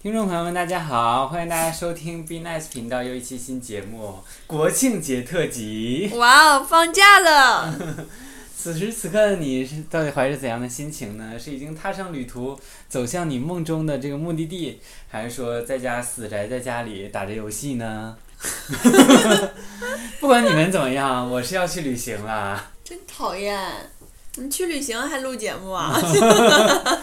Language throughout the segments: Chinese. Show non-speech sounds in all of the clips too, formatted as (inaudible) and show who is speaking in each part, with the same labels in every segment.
Speaker 1: 听众朋友们，大家好，欢迎大家收听 Be Nice 频道又一期新节目——国庆节特辑。
Speaker 2: (laughs) 哇哦，放假了！ (laughs)
Speaker 1: 此时此刻的你是到底怀着怎样的心情呢？是已经踏上旅途，走向你梦中的这个目的地，还是说在家死宅在家里打着游戏呢？ (laughs) 不管你们怎么样，我是要去旅行啦。
Speaker 2: 真讨厌，你去旅行还录节目啊？
Speaker 1: (laughs)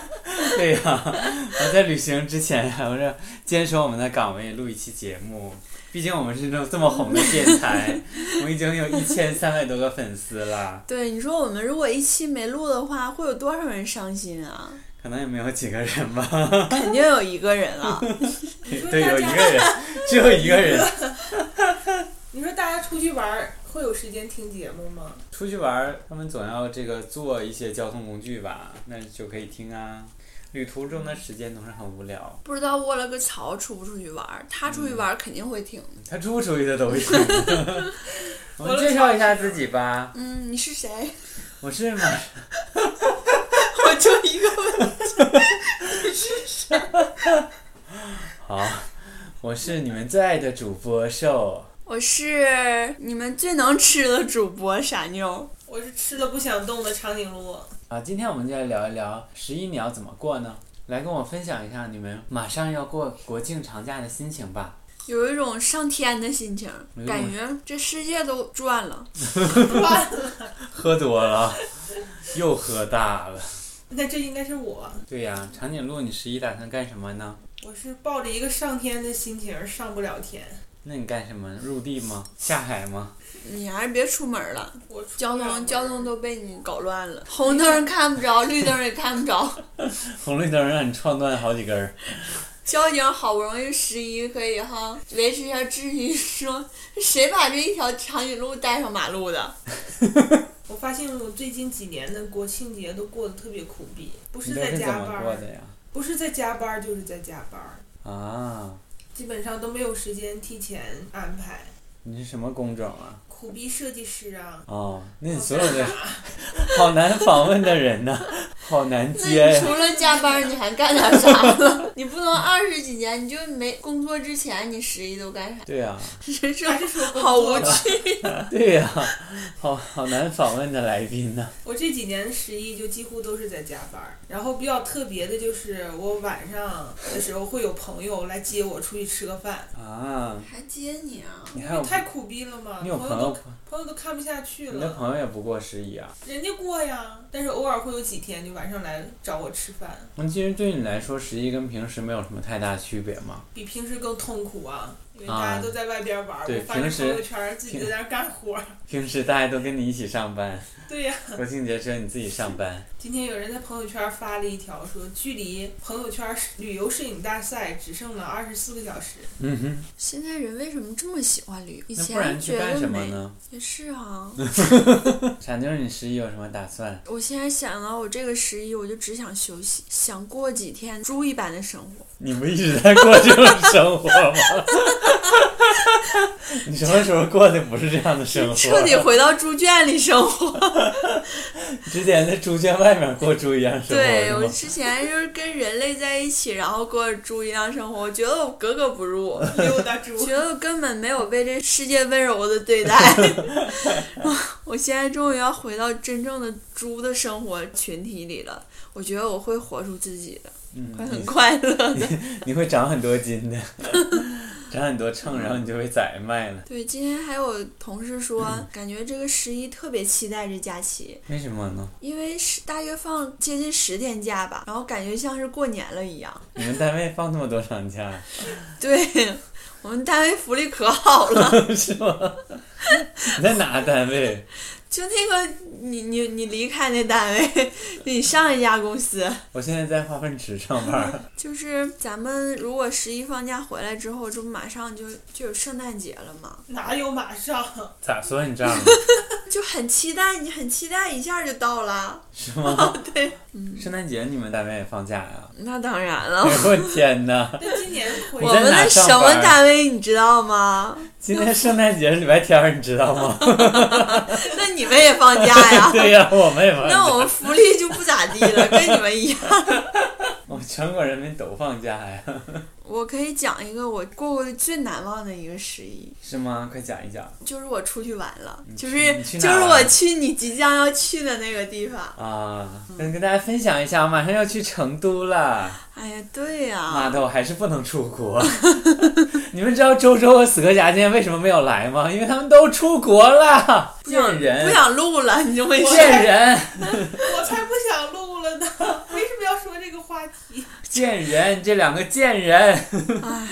Speaker 1: 对呀、我在旅行之前还是坚守我们的岗位，录一期节目。毕竟我们是这这么红的电台，我们已经有一千三百多个粉丝了。
Speaker 2: (laughs) 对，你说我们如果一期没录的话，会有多少人伤心 (laughs) 啊？
Speaker 1: 可能也没有几个人吧，
Speaker 2: 肯定有一个人 (laughs) 啊。
Speaker 3: 你说
Speaker 1: 对，
Speaker 3: 大
Speaker 1: 有一
Speaker 3: 家，
Speaker 1: 个人，只有一个人。
Speaker 3: 你说大家出去玩儿会有时间听节目吗？
Speaker 1: 出去玩儿，他们总要这个坐一些交通工具吧，那就可以听啊。旅途中的时间总是很无聊，
Speaker 2: 不知道窝了个槽出不出去玩儿，他出去玩儿肯定会听。
Speaker 1: 他出不出去的都
Speaker 3: (laughs)
Speaker 1: 行。我们介绍一下自己吧，
Speaker 2: 嗯，你是谁？
Speaker 1: 我是马，
Speaker 2: (laughs) 我就一个问题。
Speaker 1: (laughs) 好，我是你们最爱的主播瘦。
Speaker 2: 我是你们最能吃的主播傻妞。
Speaker 3: 我是吃了不想动的长颈鹿，
Speaker 1: 啊，今天我们就来聊一聊十一你要怎么过呢？来跟我分享一下你们马上要过国庆长假的心情吧。
Speaker 2: 有一种上天的心情
Speaker 1: 没，错
Speaker 2: 感觉这世界都转了。
Speaker 1: 喝多了， (laughs) 又喝大了。
Speaker 3: 那这应该是我。
Speaker 1: 对呀、长颈鹿，你十一打算干什么呢？
Speaker 3: 我是抱着一个上天的心情儿上不了天，
Speaker 1: 那你干什么？入地吗？下海吗？
Speaker 2: 你还是别出门儿了，
Speaker 3: 我出
Speaker 2: 交
Speaker 3: 不了门
Speaker 2: 通
Speaker 3: 儿
Speaker 2: 交通都被你搞乱了，红灯看不着，绿灯也看不着。
Speaker 1: 红绿灯让你撞断好几根儿。
Speaker 2: 交警好不容易十一可以哈维持一下秩序，说谁把这一条长颈鹿带上马路的？
Speaker 3: 我发现我最近几年的国庆节都过得特别苦逼，不
Speaker 1: 你
Speaker 3: 是
Speaker 1: 都
Speaker 3: 在
Speaker 1: 是怎
Speaker 3: 加
Speaker 1: 么
Speaker 3: 班
Speaker 1: 过
Speaker 3: 儿，
Speaker 1: 的呀？
Speaker 3: 不是在加班儿就是在加班儿，
Speaker 1: 啊，
Speaker 3: 基本上都没有时间提前安排。
Speaker 1: 你是什么工种啊？
Speaker 3: 苦逼设计师啊，
Speaker 1: 哦，那你所有的好难访问的人呐、好难
Speaker 2: 那
Speaker 1: 接
Speaker 2: 你
Speaker 1: 呀、
Speaker 2: 除了加班，你还干点啥了？ (laughs) 你不能二十几年你就没工作之前你十一都干啥？
Speaker 1: 对呀、
Speaker 2: 真是
Speaker 3: 还是说工
Speaker 2: 好
Speaker 3: 作
Speaker 2: 无
Speaker 3: 吧
Speaker 2: 趣。
Speaker 1: 对呀、好好难访问的来宾呐、
Speaker 3: 我这几年十一就几乎都是在加班儿，然后比较特别的就是我晚上的时候会有朋友来接我出去吃个饭，
Speaker 1: 啊。
Speaker 2: 还接你啊？
Speaker 1: 你还有
Speaker 3: 太苦逼了嘛，
Speaker 1: 你有
Speaker 3: 朋
Speaker 1: 朋友
Speaker 3: 都，朋友都看不下去
Speaker 1: 你的
Speaker 3: 了，
Speaker 1: 朋友也不过十一啊？
Speaker 3: 人家过呀，但是偶尔会有几天就晚上来找我吃饭，
Speaker 1: 那其实对你来说，十一跟平时没有什么太大区别嘛。
Speaker 3: 比平时更痛苦啊，因为
Speaker 1: 啊
Speaker 3: 大家都在外边玩儿，
Speaker 1: 对
Speaker 3: 我发着
Speaker 1: 平时
Speaker 3: 朋友圈儿自己在那儿干活儿，
Speaker 1: 平时大家都跟你一起上班，
Speaker 3: 对呀、
Speaker 1: 国庆节只有你自己上班。
Speaker 3: 今天有人在朋友圈发了一条说，距离朋友圈旅游摄影大赛只剩了二十四个小时，
Speaker 1: 嗯哼，
Speaker 2: 现在人为什么这么喜欢旅游？以
Speaker 1: 那不然
Speaker 2: 前
Speaker 1: 去
Speaker 2: 觉
Speaker 1: 干
Speaker 2: 得
Speaker 1: 什么
Speaker 2: 没，
Speaker 1: 呢？
Speaker 2: 也是啊。
Speaker 1: 傻妞，你十一有什么打算？
Speaker 2: 我现在想到我这个十一，我就只想休息，想过几天猪一般的生活。
Speaker 1: 你不一直在过这种生活
Speaker 2: (laughs)
Speaker 1: 吗？你什么时候过的不是这样的生活？啊
Speaker 2: 彻底回到猪圈里生活。
Speaker 1: 之前在猪圈外面过猪一样生活
Speaker 2: 对
Speaker 1: 是
Speaker 2: 我
Speaker 1: 吗？
Speaker 2: 之前就是跟人类在一起，然后过猪一样生活，我觉得我格格不入，
Speaker 3: 溜达猪。
Speaker 1: (laughs)
Speaker 2: 觉得我根本没有被这世界温柔的对待。我现在终于要回到真正的猪的生活群体里了，我觉得我会活出自己的，
Speaker 1: 嗯
Speaker 2: 会很
Speaker 1: 你
Speaker 2: 快乐 (laughs) 的。
Speaker 1: 你会长很多斤的， (laughs) 长很多秤，然后你就被宰卖了。
Speaker 2: 对，今天还有同事说，感觉这个十一特别期待这假期，
Speaker 1: 为什么呢？
Speaker 2: 因为是大约放接近十天假吧，然后感觉像是过年了一样。
Speaker 1: 你们单位放那么多长假，
Speaker 2: (laughs) 对我们单位福利可好了，
Speaker 1: 是吗？你在哪个单位？
Speaker 2: 就那个你你你离开那单位， (laughs) 你上一家公司，
Speaker 1: 我现在在化粪池上班。
Speaker 2: 就是咱们如果十一放假回来之后，这不马上就就有圣诞节了嘛，
Speaker 3: 哪有马上？
Speaker 1: (laughs) 咋算账啊？
Speaker 2: 就很期待，你很期待一下就到了。
Speaker 1: (laughs) 是
Speaker 2: (laughs)
Speaker 1: 吗？
Speaker 2: 哦对，
Speaker 1: 圣诞节你们单位也放假呀、
Speaker 2: 那当然
Speaker 1: 哎
Speaker 2: 了。
Speaker 1: 呦我天哪！
Speaker 3: (laughs) 那今年回
Speaker 2: 我
Speaker 1: 在
Speaker 2: 们
Speaker 1: 哪
Speaker 2: 的
Speaker 1: 上
Speaker 2: 什
Speaker 1: 班啊
Speaker 2: 么单位你知道吗？ (laughs)
Speaker 1: 今天圣诞节是礼拜天儿，你知道 (laughs) 吗？
Speaker 2: 那你们也放假呀？ (laughs)
Speaker 1: 对呀、我们也放假。 (laughs)
Speaker 2: 那我们福利就不咋地了，跟你们一样。
Speaker 1: 我全国人民都放假呀，
Speaker 2: 我可以讲一个我过过的最难忘的一个十一，
Speaker 1: 是吗？快讲一讲
Speaker 2: 就是我出去玩了
Speaker 1: 你，
Speaker 2: 就
Speaker 1: 去
Speaker 2: 是
Speaker 1: 你去
Speaker 2: 就
Speaker 1: 哪儿
Speaker 2: 是
Speaker 1: 玩
Speaker 2: 我
Speaker 1: 了
Speaker 2: 去你即将要去的那个地方。
Speaker 1: 啊！跟跟大家分享一下，我马上要去成都了，
Speaker 2: 哎呀，对呀、
Speaker 1: 妈的，我还是不能出国。 (laughs) 你们知道周周和死磕侠今天为什么没有来吗？因为他们都出国了，
Speaker 2: 不想
Speaker 1: 贱人
Speaker 2: 不，想录了，你这么一说，
Speaker 1: 贱人，
Speaker 3: 我才不想录了呢，为什么要说这个话题？
Speaker 1: 贱人，这两个贱人。
Speaker 2: 哎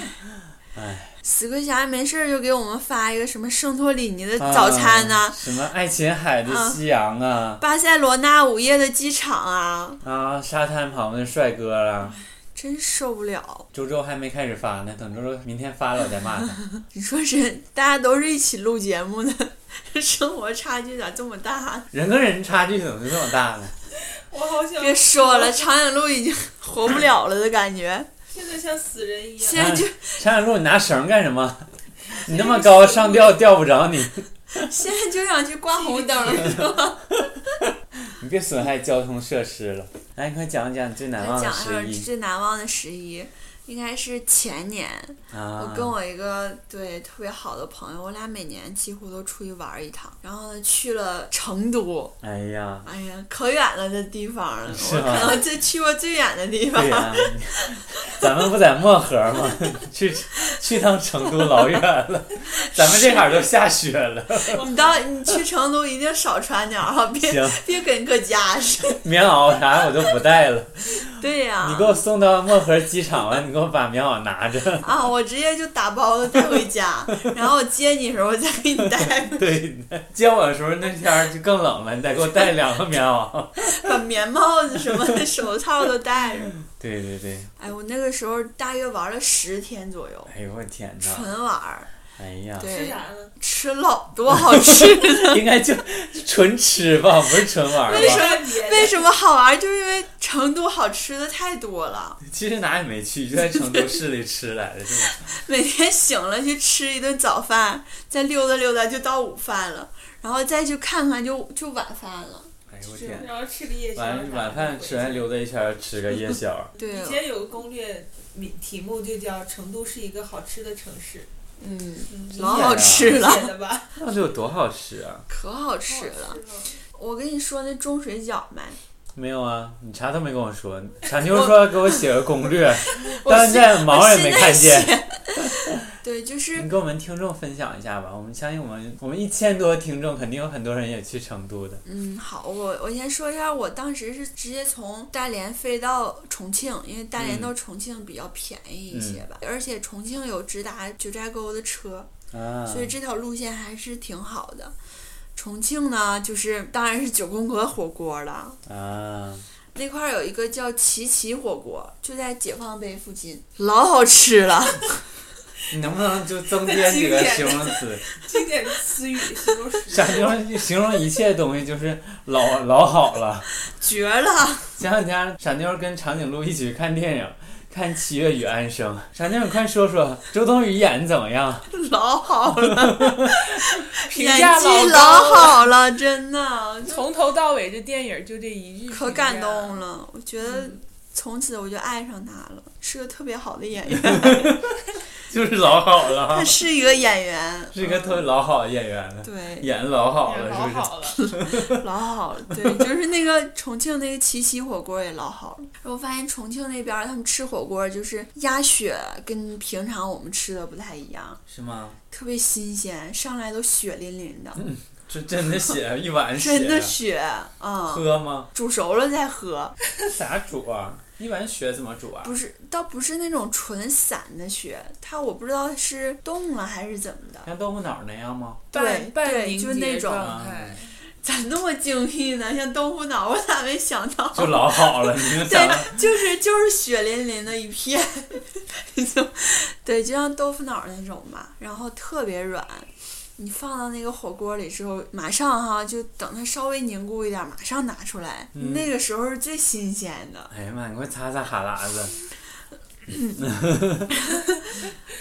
Speaker 1: 哎。
Speaker 2: 死鬼侠没事儿就给我们发一个什么圣托里尼的 (laughs) 早餐呐、
Speaker 1: 啊什么爱琴海的夕阳啊，
Speaker 2: 巴塞罗那午夜的机场啊，
Speaker 1: 啊，沙滩旁的帅哥啊，
Speaker 2: 真受不了！
Speaker 1: 周周还没开始发呢，等周周明天发了我再骂他。 (laughs)
Speaker 2: 你说是大家都是一起录节目的， (laughs) 这生活差距咋这么大？
Speaker 1: 人跟人差距怎么就这么大呢？
Speaker 3: 我好想
Speaker 2: 别说了，长颈鹿已经活不了了的感
Speaker 1: 哎
Speaker 2: 觉，
Speaker 3: 现在像死人一样。
Speaker 2: 现在就
Speaker 1: 长颈鹿，你拿绳干什么？ (laughs) 你那么高上吊吊不着你，
Speaker 2: 现在就想去挂红灯，
Speaker 1: 你别损害交通设施了。来，你快讲讲你最
Speaker 2: (laughs)
Speaker 1: 难忘的
Speaker 2: 讲
Speaker 1: 哎十
Speaker 2: 一下
Speaker 1: 一
Speaker 2: 最难忘的十一，应该是前年，
Speaker 1: 啊！
Speaker 2: 我跟我一个对特别好的朋友，我俩每年几乎都出去玩一趟，然后呢去了成都，
Speaker 1: 哎呀，
Speaker 2: 哎呀，可远了的地方了，
Speaker 1: 是
Speaker 2: 我
Speaker 1: 吗
Speaker 2: 可能这去过最远的地方
Speaker 1: 对。呀、咱们不在漠河吗？ (laughs) 去去趟成都老远
Speaker 2: (laughs)
Speaker 1: 了，咱们这坎都下雪了。
Speaker 2: 你到你去成都一定少穿点儿啊，别
Speaker 1: 行，
Speaker 2: 别跟搁家似的。
Speaker 1: 棉袄啥我就不带了。
Speaker 2: 对呀、
Speaker 1: 你给我送到漠河机场了，你给我把棉袄拿着。
Speaker 2: 啊，我直接就打包了带回家，然后我接你的时候我再给你带，
Speaker 1: (laughs) 对，接我的时候那天儿就更冷了，你再给我带两个棉袄。 (laughs)
Speaker 2: 把棉帽子什么的手套都带上。
Speaker 1: 对对对，
Speaker 2: 哎，我那个时候大约玩了十天左右，
Speaker 1: 哎呦我天哪！
Speaker 2: 纯玩儿，
Speaker 1: 哎呀，
Speaker 3: 吃
Speaker 2: 对，
Speaker 3: 啥呢？
Speaker 2: 吃老多好吃的。
Speaker 1: 应该就纯吃吧，不是纯玩儿
Speaker 2: 为什
Speaker 1: 吧？
Speaker 2: 么
Speaker 3: 别的
Speaker 2: 为什么好玩？就是因为成都好吃的太多了，
Speaker 1: 其实哪也没去，就在成都市里吃来的，是吗？
Speaker 2: 每天醒了去吃一顿早饭，再溜达溜达就到午饭了，然后再去看看就就晚饭了。
Speaker 1: 哎呦我天！
Speaker 3: 然后吃个夜宵。
Speaker 2: 啊
Speaker 1: 晚晚饭吃完溜达一圈儿，吃个夜宵。
Speaker 2: 对
Speaker 3: 以，前有个攻略名题目就叫“成都是一个好吃的城市
Speaker 2: 嗯，”，
Speaker 3: 嗯
Speaker 2: 老好吃
Speaker 3: 你写
Speaker 2: 了，
Speaker 3: 的
Speaker 2: (laughs)
Speaker 3: 吧？
Speaker 1: 那得有多好吃啊？
Speaker 2: 可好吃了。我跟你说那中水饺没？
Speaker 1: 没有啊，你啥都没跟我说。傻妞说给我写个攻略，
Speaker 2: 我
Speaker 1: 到现
Speaker 2: 现
Speaker 1: 在毛
Speaker 2: 我
Speaker 1: 也
Speaker 2: 现
Speaker 1: 没
Speaker 2: 在
Speaker 1: 看见。
Speaker 2: 写。对，就是
Speaker 1: 你跟我们听众分享一下吧，我们相信我们我们一千多听众，肯定有很多人也去成都的。
Speaker 2: 嗯，好，我我先说一下，我当时是直接从大连飞到重庆，因为大连
Speaker 1: 嗯
Speaker 2: 到重庆比较便宜一些吧，而且重庆有直达九寨沟的车，
Speaker 1: 啊，
Speaker 3: 嗯
Speaker 2: 所以这条路线还是挺好的。重庆呢，就是当然是九宫格火锅了，
Speaker 1: 啊，
Speaker 2: 那块儿有一个叫齐齐火锅，就在解放碑附近，老好吃了。
Speaker 1: 你能不能就增添几个形容 (laughs) 词？
Speaker 3: 经典的词语形
Speaker 2: (laughs)
Speaker 3: 容食
Speaker 1: 啥形容形容一切东西就是老 (laughs) 老好了。
Speaker 2: 绝了！
Speaker 1: 前两天傻妞跟长颈鹿一起去看电影，看《七月与安生》。傻妞，你快说说周冬雨演得怎么样？
Speaker 2: 老好了，
Speaker 3: 评
Speaker 2: 演
Speaker 3: 价
Speaker 2: 技
Speaker 3: 老高了嗯
Speaker 2: 好了，真的
Speaker 3: 从头到尾这电影就这一句，
Speaker 2: 可感动。了。我觉得
Speaker 3: 嗯
Speaker 2: 从此我就爱上他了，是个特别好的演员，
Speaker 3: (laughs)
Speaker 1: 就是老好了啊
Speaker 2: 他，是一个演员，
Speaker 1: 是一个特别老好的演员了，
Speaker 2: 对，
Speaker 1: 演得老好
Speaker 3: 也
Speaker 1: 了，
Speaker 3: 老
Speaker 1: 是不是？
Speaker 3: 好了，
Speaker 2: (laughs) 老好了，对，就是那个重庆那个七七火锅也老好了。然后我发现重庆那边儿他们吃火锅就是鸭血跟平常我们吃的不太一样，
Speaker 1: 是吗？
Speaker 2: 特别新鲜，上来都血淋淋的，
Speaker 1: 这真的血，一碗血呀，
Speaker 2: 真的血啊、嗯
Speaker 1: 喝吗？
Speaker 2: 煮熟了再喝，
Speaker 1: 这咋煮啊？一碗血怎么煮啊？
Speaker 2: 不是，倒不是那种纯散的血，它我不知道是冻了还是怎么的。
Speaker 1: 像豆腐脑那样吗？
Speaker 2: 对
Speaker 3: 半半
Speaker 2: 对
Speaker 3: 凝
Speaker 2: 就那
Speaker 3: 结
Speaker 2: 种
Speaker 1: 啊
Speaker 3: 状态
Speaker 2: 咋那么精辟呢？像豆腐脑，我咋没想到？
Speaker 1: 啊就老好了，你就想到
Speaker 2: 对，就是就是血淋淋的一片， (laughs) 就对，就像豆腐脑那种吧，然后特别软。你放到那个火锅里之后，马上哈就等它稍微凝固一点，马上拿出来，
Speaker 1: 嗯
Speaker 2: 那个时候是最新鲜的。
Speaker 1: 哎呀妈，你快擦擦哈喇子！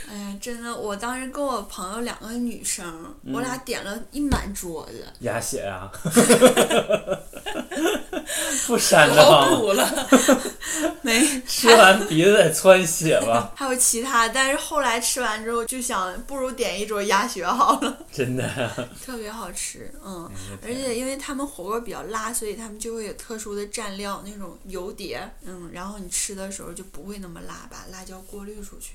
Speaker 2: 哎呀，真的，我当时跟我朋友两个女生，
Speaker 1: 嗯
Speaker 2: 我俩点了一满桌子，
Speaker 1: 鸭血啊！啊 (laughs) 不 (laughs) 删的
Speaker 3: 老
Speaker 1: 吗？
Speaker 3: 补了，
Speaker 2: 没，
Speaker 1: 吃完鼻子得窜血吧，
Speaker 2: 还有其他，但是后来吃完之后就想，不如点一桌鸭血好
Speaker 1: (laughs)
Speaker 2: 了，
Speaker 1: 真的。
Speaker 2: 特别好吃，嗯。 (laughs) 而
Speaker 1: 而
Speaker 2: 且因为他们火锅比较辣，所以他们就会有特殊的蘸料，那种油碟，嗯，然后你吃的时候就不会那么辣，把辣椒过滤出去。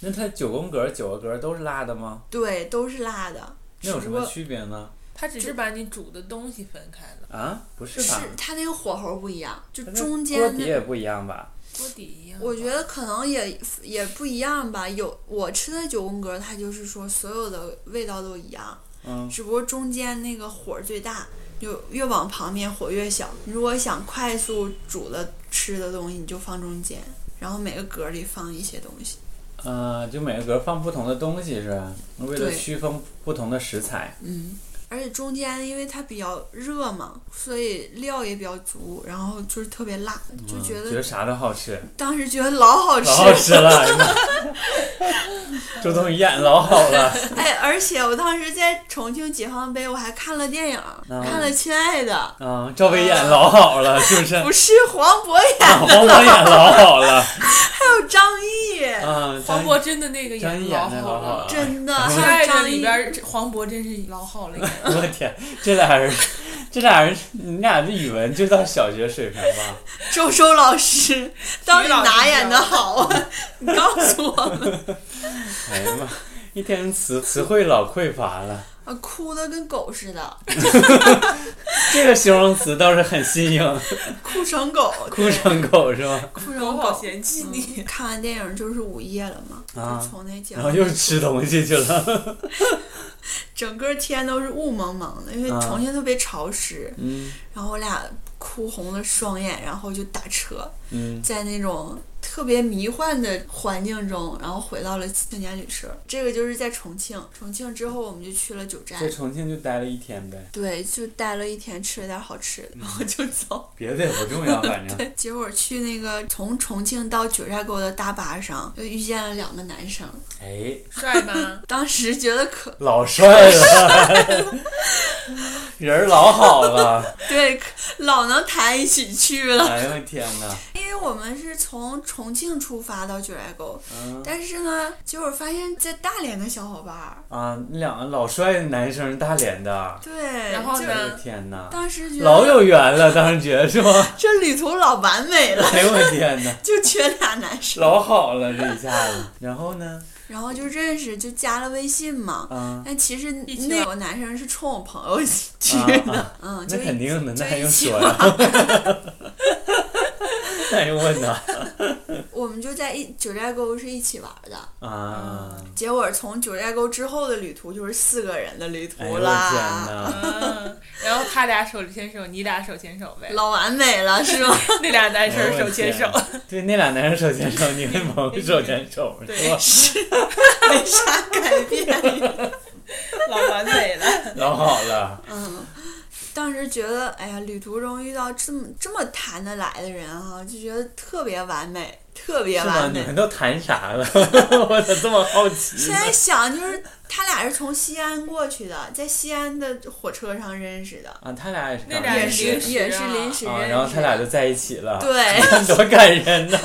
Speaker 1: 那它九宫格、九个格都是辣的吗？
Speaker 2: 对，都是辣的。
Speaker 1: 那有
Speaker 2: 只
Speaker 1: 什
Speaker 2: 不
Speaker 1: 么
Speaker 2: 过
Speaker 1: 区别呢？
Speaker 3: 他只是把你煮的东西分开了，
Speaker 1: 啊，不是
Speaker 2: 是
Speaker 1: 吧？
Speaker 2: 它那个火候不一样，就
Speaker 1: 它那
Speaker 2: 中
Speaker 1: 锅
Speaker 2: 间
Speaker 1: 底
Speaker 2: 那
Speaker 1: 也不一样吧？
Speaker 3: 锅底一样吧。
Speaker 2: 我觉得可能也也不一样吧。有我吃的九宫格，它就是说所有的味道都一样，
Speaker 1: 嗯，
Speaker 2: 只不过中间那个火最大，就越往旁边火越小。你如果想快速煮了吃的东西，你就放中间，然后每个格里放一些东西。
Speaker 1: 呃，就每个格放不同的东西是吧？为了
Speaker 2: 对
Speaker 1: 区分不同的食材。
Speaker 2: 嗯，而且中间因为它比较热嘛，所以料也比较足，然后就是特别辣，就
Speaker 1: 嗯
Speaker 2: 觉
Speaker 1: 觉得
Speaker 2: 得
Speaker 1: 啥都好
Speaker 2: (laughs)
Speaker 1: 吃，
Speaker 2: 当时觉得老好吃
Speaker 1: 老好吃了。哎呀妈 (laughs) 周冬雨演老好了，
Speaker 2: (laughs) 哎，而且我当时在重庆解放碑，我还看了电影，看了《亲爱的
Speaker 1: 嗯，赵薇演老好了，是不是》，？
Speaker 2: 不是黄渤演，
Speaker 1: 黄渤演老好了，
Speaker 2: 还有张译，
Speaker 1: 啊，张
Speaker 3: 黄渤真的那个
Speaker 1: 张译
Speaker 3: 也
Speaker 1: 演的
Speaker 3: 好
Speaker 1: 老好了，
Speaker 2: 真的
Speaker 1: 哎
Speaker 2: 还
Speaker 3: 爱
Speaker 2: 有
Speaker 3: 着
Speaker 2: 张
Speaker 3: 里
Speaker 2: 译
Speaker 3: 边。儿，这黄渤真是老
Speaker 2: (laughs)
Speaker 3: 好了，
Speaker 1: 我天，这俩人，这俩人，你俩这语文就到小学水平吧？
Speaker 2: 周周老师到底
Speaker 3: 老师
Speaker 2: 哪演的
Speaker 3: 啊
Speaker 2: 好啊？ (laughs) 你告诉我们，
Speaker 1: 哎呀妈，一天词词汇老匮乏了。
Speaker 2: 啊，哭的跟狗似的，
Speaker 1: 这个形容词倒是很新颖，
Speaker 2: 哭成狗，
Speaker 1: 哭成狗是吗？
Speaker 2: 哭
Speaker 3: 狗
Speaker 2: 成
Speaker 3: 好
Speaker 2: 狗。
Speaker 3: 嫌弃你。
Speaker 2: 嗯看完电影就是午夜了嘛，
Speaker 1: 啊
Speaker 2: 就从那讲
Speaker 1: 然，后又吃东西去了。
Speaker 2: 整个天都是雾蒙蒙的，因为
Speaker 1: 啊
Speaker 2: 重庆特别潮湿，
Speaker 1: 嗯
Speaker 2: 然后我俩哭红了双眼，然后就打车，
Speaker 1: 嗯，
Speaker 2: 在那种特别迷幻的环境中，然后回到了青年旅社。这个就是在重庆，重庆之后我们就去了九寨
Speaker 1: 在，重庆就待了一天呗，
Speaker 2: 对，就待了一天，吃了点好吃的，然后就走。
Speaker 1: 别的也不重要，反
Speaker 2: (laughs)
Speaker 1: 正。
Speaker 2: 结果去那个从重庆到九寨沟的大巴上，就遇见了两个男生，
Speaker 1: 哎，
Speaker 3: 帅吗？
Speaker 2: 当时觉得可 (laughs)
Speaker 1: 老帅了，人儿老好了。
Speaker 2: 对可老能谈一起去了， (laughs)
Speaker 1: 哎呦我天哪！
Speaker 2: 因为我们是从重庆出发到九寨沟，
Speaker 1: 嗯
Speaker 2: 但是呢，结果发现在大连的小伙伴儿。
Speaker 1: 啊，那两个老帅的男生，大连的。
Speaker 2: 对，
Speaker 3: 然后
Speaker 2: 就
Speaker 1: 哎
Speaker 3: 呢
Speaker 1: 呦我天哪！
Speaker 2: 当时觉得
Speaker 1: 老有缘了，当时觉得是吗？
Speaker 2: 这旅途老完美了，
Speaker 1: (laughs)
Speaker 2: (laughs)
Speaker 1: 哎呦我天哪，
Speaker 2: 就缺俩男生。
Speaker 1: 老好了这一下子。然后呢？
Speaker 2: 然后就认识，就加了微信嘛。
Speaker 1: 啊，
Speaker 2: 但其实
Speaker 3: 一起
Speaker 2: 那个男生是冲我朋友去
Speaker 1: 啊
Speaker 2: 的，
Speaker 1: 啊
Speaker 2: 嗯，
Speaker 1: 那
Speaker 2: 就一
Speaker 1: 肯定的，
Speaker 2: 就
Speaker 1: 那还
Speaker 2: 一
Speaker 1: 用
Speaker 2: 起
Speaker 1: 说呀？ (laughs) 哎那还用问呢？
Speaker 2: 我们就在一九寨沟是一起玩的。
Speaker 1: 啊！
Speaker 2: 结果从九寨沟之后的旅途就是四个人的旅
Speaker 1: 哎呦
Speaker 2: 途
Speaker 1: 我
Speaker 2: 啦，
Speaker 1: 天哪！
Speaker 3: 嗯，然后他俩手牵手，你俩手牵手呗。
Speaker 2: 老完美了是
Speaker 1: (laughs)
Speaker 2: 吗？
Speaker 3: 那俩男生手牵手
Speaker 1: 哎呦，对，那俩男人手牵手，你跟朋友手牵手是吧？
Speaker 2: 没啥改
Speaker 1: (laughs)
Speaker 2: 变。
Speaker 1: 啊
Speaker 3: 老完美了。
Speaker 1: 老好了，
Speaker 2: 嗯，当时觉得哎呀，旅途中遇到这么这么谈得来的人哈、就觉得特别完美，特 (laughs) 别
Speaker 1: 是吗？
Speaker 2: 完
Speaker 1: 你
Speaker 2: 美
Speaker 1: 们。都谈啥了？ (laughs) 我咋这么好奇
Speaker 2: 现
Speaker 1: 呢？
Speaker 2: 在想就是他俩是从西安过去的，在西安的火车上认识
Speaker 3: (laughs)
Speaker 2: 的，
Speaker 1: 啊，他俩也是
Speaker 3: 那
Speaker 1: 刚
Speaker 3: 俩
Speaker 2: 也
Speaker 1: 认
Speaker 3: 人
Speaker 1: 识
Speaker 2: 是
Speaker 3: 临时
Speaker 2: 也是
Speaker 3: 啊
Speaker 2: 临时认识
Speaker 1: 啊，
Speaker 2: 的。
Speaker 1: 然后他俩就在一起了，
Speaker 2: 对
Speaker 1: (laughs) 多感人呐！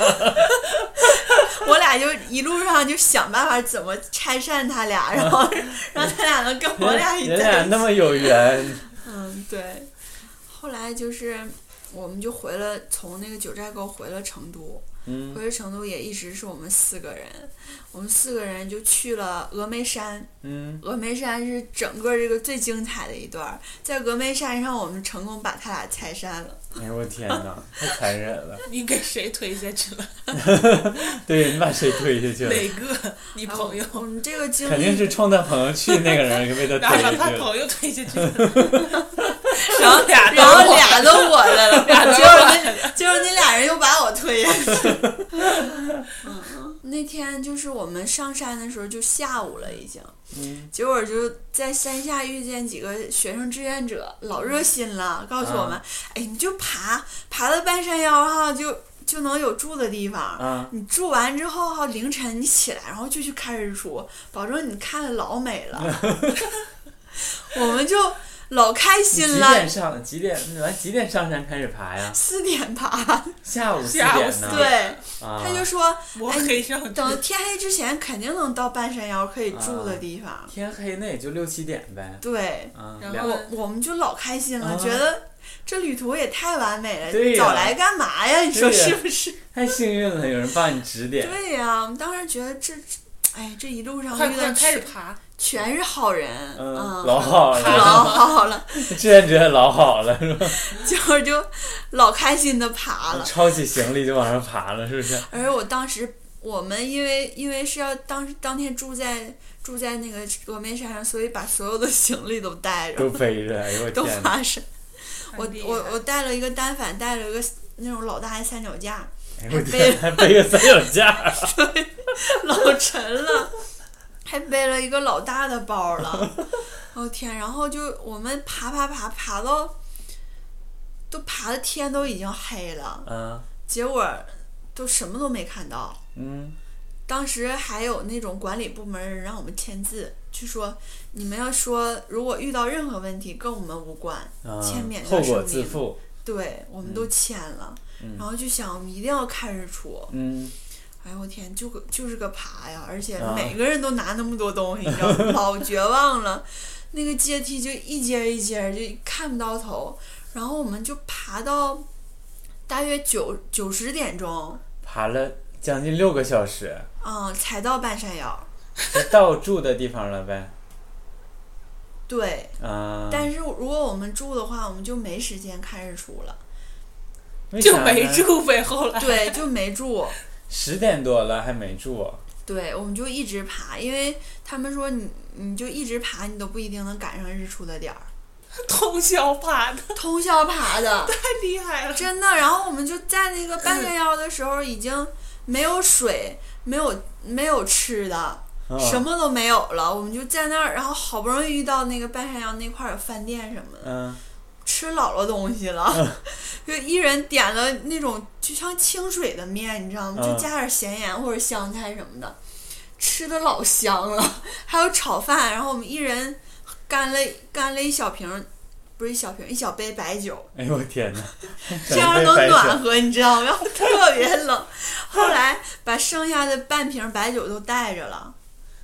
Speaker 2: 我俩就一路上就想办法怎么拆散他俩，然后 (laughs) 让他俩能跟我俩
Speaker 1: 嗯
Speaker 2: 一
Speaker 1: 人俩
Speaker 2: 起。
Speaker 1: 那么有
Speaker 2: (laughs)
Speaker 1: 缘，
Speaker 2: 嗯，对。后来就是我们就回了，从那个九寨沟回了成都，
Speaker 1: 嗯
Speaker 2: 回了成都也一直是我们四个人，我们四个人就去了峨眉山。
Speaker 1: 嗯，
Speaker 2: 峨眉山是整个这个最精彩的一段儿，在峨眉山上，我们成功把他俩拆散了。
Speaker 1: 哎呦我天哪，太残忍了！
Speaker 3: 你给谁推下去了？
Speaker 1: 对你把谁推下去了？
Speaker 3: 哪个？你朋友
Speaker 2: 然？后啊我们这个经历
Speaker 1: 肯定是冲他朋友去那个人
Speaker 2: (laughs)
Speaker 1: 被他
Speaker 3: 哪
Speaker 1: 推
Speaker 3: 把
Speaker 1: 下
Speaker 3: 他
Speaker 1: 去了。
Speaker 3: 朋友推下去了？
Speaker 2: 然后
Speaker 3: 俩都
Speaker 2: 然后
Speaker 3: 我
Speaker 2: 俩都我的
Speaker 1: (laughs)
Speaker 2: 了，
Speaker 3: 俩都
Speaker 2: 结果
Speaker 3: 我
Speaker 2: 那结果那俩人又把我推下去。嗯，那天就是我们上山的时候就下午了，已经，
Speaker 1: 嗯，
Speaker 2: 结果就在山下遇见几个学生志愿者，老热心
Speaker 1: 啊
Speaker 2: 了，告诉我们，哎，你就爬，爬到半山腰哈，就就能有住的地方。
Speaker 1: 啊，
Speaker 2: 你住完之后哈，凌晨你起来，然后就去
Speaker 1: (laughs)
Speaker 2: 看日出，保证你看的老美了。我们就老开
Speaker 1: 你
Speaker 2: 心
Speaker 1: 几
Speaker 2: 了
Speaker 1: 点。上？几点？你来几点上山开始爬呀？
Speaker 2: 四点爬，
Speaker 1: 下午四
Speaker 3: 下午
Speaker 1: 点
Speaker 3: 四
Speaker 1: 呢？
Speaker 2: 对，
Speaker 1: 啊
Speaker 2: 他，就说
Speaker 3: 我黑上去，
Speaker 2: 等天黑之前肯定能到半山腰可以住
Speaker 1: 啊
Speaker 2: 的地方。
Speaker 1: 天黑那也就六七点呗。
Speaker 2: 对，
Speaker 1: 啊，
Speaker 3: 然
Speaker 1: 两
Speaker 3: 后
Speaker 2: 我我们就老开心了，
Speaker 1: 啊
Speaker 2: 觉得这旅途也太完美了，
Speaker 1: 对呀
Speaker 2: 早来干嘛呀？你说
Speaker 1: 对呀
Speaker 2: 是不是？
Speaker 1: 太幸运了，有人帮你指点。
Speaker 2: 对呀、我们当时觉得这，这哎，这一路上
Speaker 3: 快
Speaker 2: 遇到
Speaker 3: 快开始
Speaker 2: 全
Speaker 3: 爬，
Speaker 2: 全是好人，
Speaker 1: 嗯，
Speaker 2: 嗯，
Speaker 1: 老好了，
Speaker 2: 老好了，
Speaker 1: 之前觉得老好了是吧？
Speaker 2: 结果就老开心的爬了。
Speaker 1: 抄起行李就往上爬了，是不是？
Speaker 2: 而我当时我们因为因为是要当时当天住在住在那个峨眉山上，所以把所有的行李都
Speaker 1: (laughs)
Speaker 2: 带
Speaker 1: 都
Speaker 2: 着，
Speaker 1: 背着，哎呦我
Speaker 2: 都
Speaker 1: 天哪！
Speaker 2: 爬山。我
Speaker 3: 很厉害
Speaker 2: 我我带了一个单反，带了一个那种老大的三脚
Speaker 3: (laughs)
Speaker 2: 架，
Speaker 1: 哎呦我天，还背个三脚架，
Speaker 2: 老沉了，还背了一个老大的包了。哦天，然后就我们爬爬爬爬到，都爬的天都已经黑了，
Speaker 1: 啊，
Speaker 2: 结果都什么都没看到。
Speaker 1: 嗯，
Speaker 2: 当时还有那种管理部门人让我们签字，就说你们要说如果遇到任何问题跟我们无关，
Speaker 1: 啊
Speaker 2: 签名
Speaker 1: 后
Speaker 2: 的声
Speaker 1: 果
Speaker 2: 明
Speaker 1: 自负，
Speaker 2: 对我们都签了。然后就想我们一定要看日出，
Speaker 1: 嗯，
Speaker 2: 哎呦我天，就个就是个爬呀，而且
Speaker 1: 啊
Speaker 2: 每个人都拿那么多东西，你知道吗？ (laughs) 老绝望了。那个阶梯就一阶一阶，就看不到头。然后我们就爬到大约九九十点钟，
Speaker 1: 爬了将近六个小时，
Speaker 2: 嗯，才到半山腰。
Speaker 1: 就到住的地方了呗，
Speaker 2: 对，
Speaker 1: 啊，
Speaker 2: 但是如果我们住的话，我们就没时间看日出了。
Speaker 1: 为
Speaker 3: 就
Speaker 1: 啥
Speaker 3: 没
Speaker 1: 呢，
Speaker 3: 住呗。后来，
Speaker 2: 对，就没住。
Speaker 1: 十点多了还没住，哦
Speaker 2: 对，我们就一直爬，因为他们说你你就一直爬，你都不一定能赶上日出的点儿，
Speaker 3: 通宵爬的
Speaker 2: 通宵爬的。
Speaker 3: 太厉害了。
Speaker 2: 真的，然后我们就在那个半山腰的时候，已经没有水，没有没有吃的，
Speaker 1: 啊
Speaker 2: 什？么都没有了。我们就在那儿，然后好不容易遇到那个半山腰那块儿有饭店什么的，
Speaker 1: 嗯，
Speaker 2: 吃老了东西了， (laughs) 就一人点了那种就像清水的面，你知道吗？
Speaker 1: 嗯
Speaker 2: 就加点咸盐或者香菜什么的，吃的老香了。 (laughs) 还有炒饭，然后我们一人干了干了一小瓶儿，不是一小瓶儿，一小杯白酒。
Speaker 1: 哎呦我天哪，
Speaker 2: 这样
Speaker 1: 整
Speaker 2: 能
Speaker 1: 个白
Speaker 2: 暖
Speaker 1: 天
Speaker 2: 和，你知道吗？然后特别冷。后来把剩下的半瓶白酒都带着了，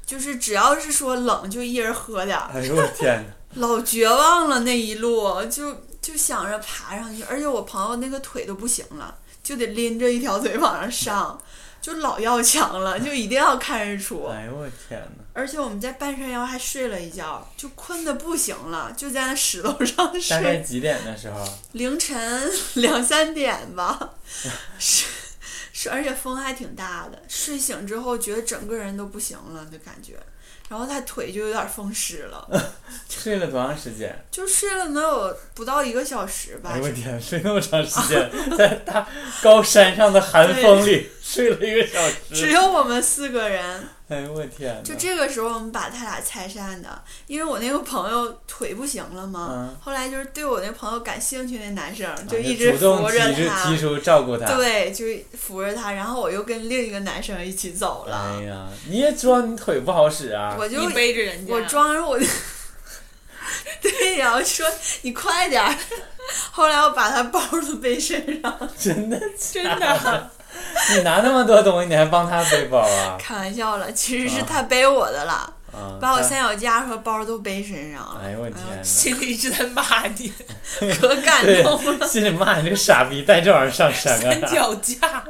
Speaker 2: 就是只要是说冷，就一人喝点儿。
Speaker 1: 哎呦我天哪，
Speaker 2: 老绝望了那一路，就就想着爬上去，而且我朋友那个腿都不行了，就得拎着一条腿往上上，就老要强了，就一定要看日出。
Speaker 1: 哎呦我天哪，
Speaker 2: 而且我们在半山腰还睡了一觉，就困得不行了，就在那石头上
Speaker 1: 大概
Speaker 2: 睡。
Speaker 1: 几点的时候？
Speaker 2: 凌晨 (laughs) 两三点吧，是是，而且风还挺大的。睡醒之后觉得整个人都不行了的感觉，然后他腿就有点风湿了，
Speaker 1: 睡了多长时间？
Speaker 2: 就睡了能有不到一个小时吧
Speaker 1: 哎呦。我天，睡那么长时间，在大高山上的寒风里睡了一个小
Speaker 2: 只
Speaker 1: 时。
Speaker 2: 有我们四个人，
Speaker 1: 哎呦我天哪！
Speaker 2: 就这个时候我们把他俩拆散的，因为我那个朋友腿不行了嘛。
Speaker 1: 嗯
Speaker 2: 后来就是对我那朋友感兴趣那男生，
Speaker 1: 啊
Speaker 2: 一直
Speaker 1: 主动
Speaker 2: 扶着
Speaker 1: 提出
Speaker 2: 他，
Speaker 1: 提出照顾他。
Speaker 2: 对，就扶着他，然后我又跟另一个男生一起走了。
Speaker 1: 哎呀，你也装你腿不好使啊！
Speaker 2: 我就
Speaker 3: 你背着人家，
Speaker 2: 我装着我的，对呀、我说你快点儿。后来我把他包都背身上，
Speaker 1: 真的，(laughs)
Speaker 3: 真的
Speaker 1: 你拿那么多东西，你还帮他背包啊？
Speaker 2: 开玩笑了，其实是
Speaker 1: 啊
Speaker 2: 他背我的了，
Speaker 1: 啊！
Speaker 2: (laughs) 把我
Speaker 1: 他
Speaker 2: 三脚架和包都背身上了，
Speaker 1: 哎呦我天哪！
Speaker 3: 心里一直在骂你，
Speaker 2: 可感动了。
Speaker 1: 哎对，心里骂你这个傻逼，带这玩意儿上山
Speaker 3: 三
Speaker 1: 啊！
Speaker 3: 脚架，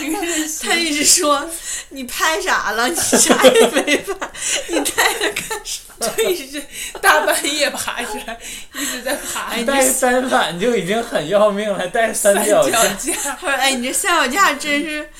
Speaker 3: 你真
Speaker 2: (laughs)
Speaker 3: 是
Speaker 2: 他一直说你拍啥了？你啥也没拍，你带着干啥？
Speaker 3: 对，是大半夜爬起来，一直在爬，
Speaker 2: 哎
Speaker 1: 带三反就已经很要命了，还带三脚架，
Speaker 3: 架，
Speaker 2: 他说：“哎，你这三脚架真是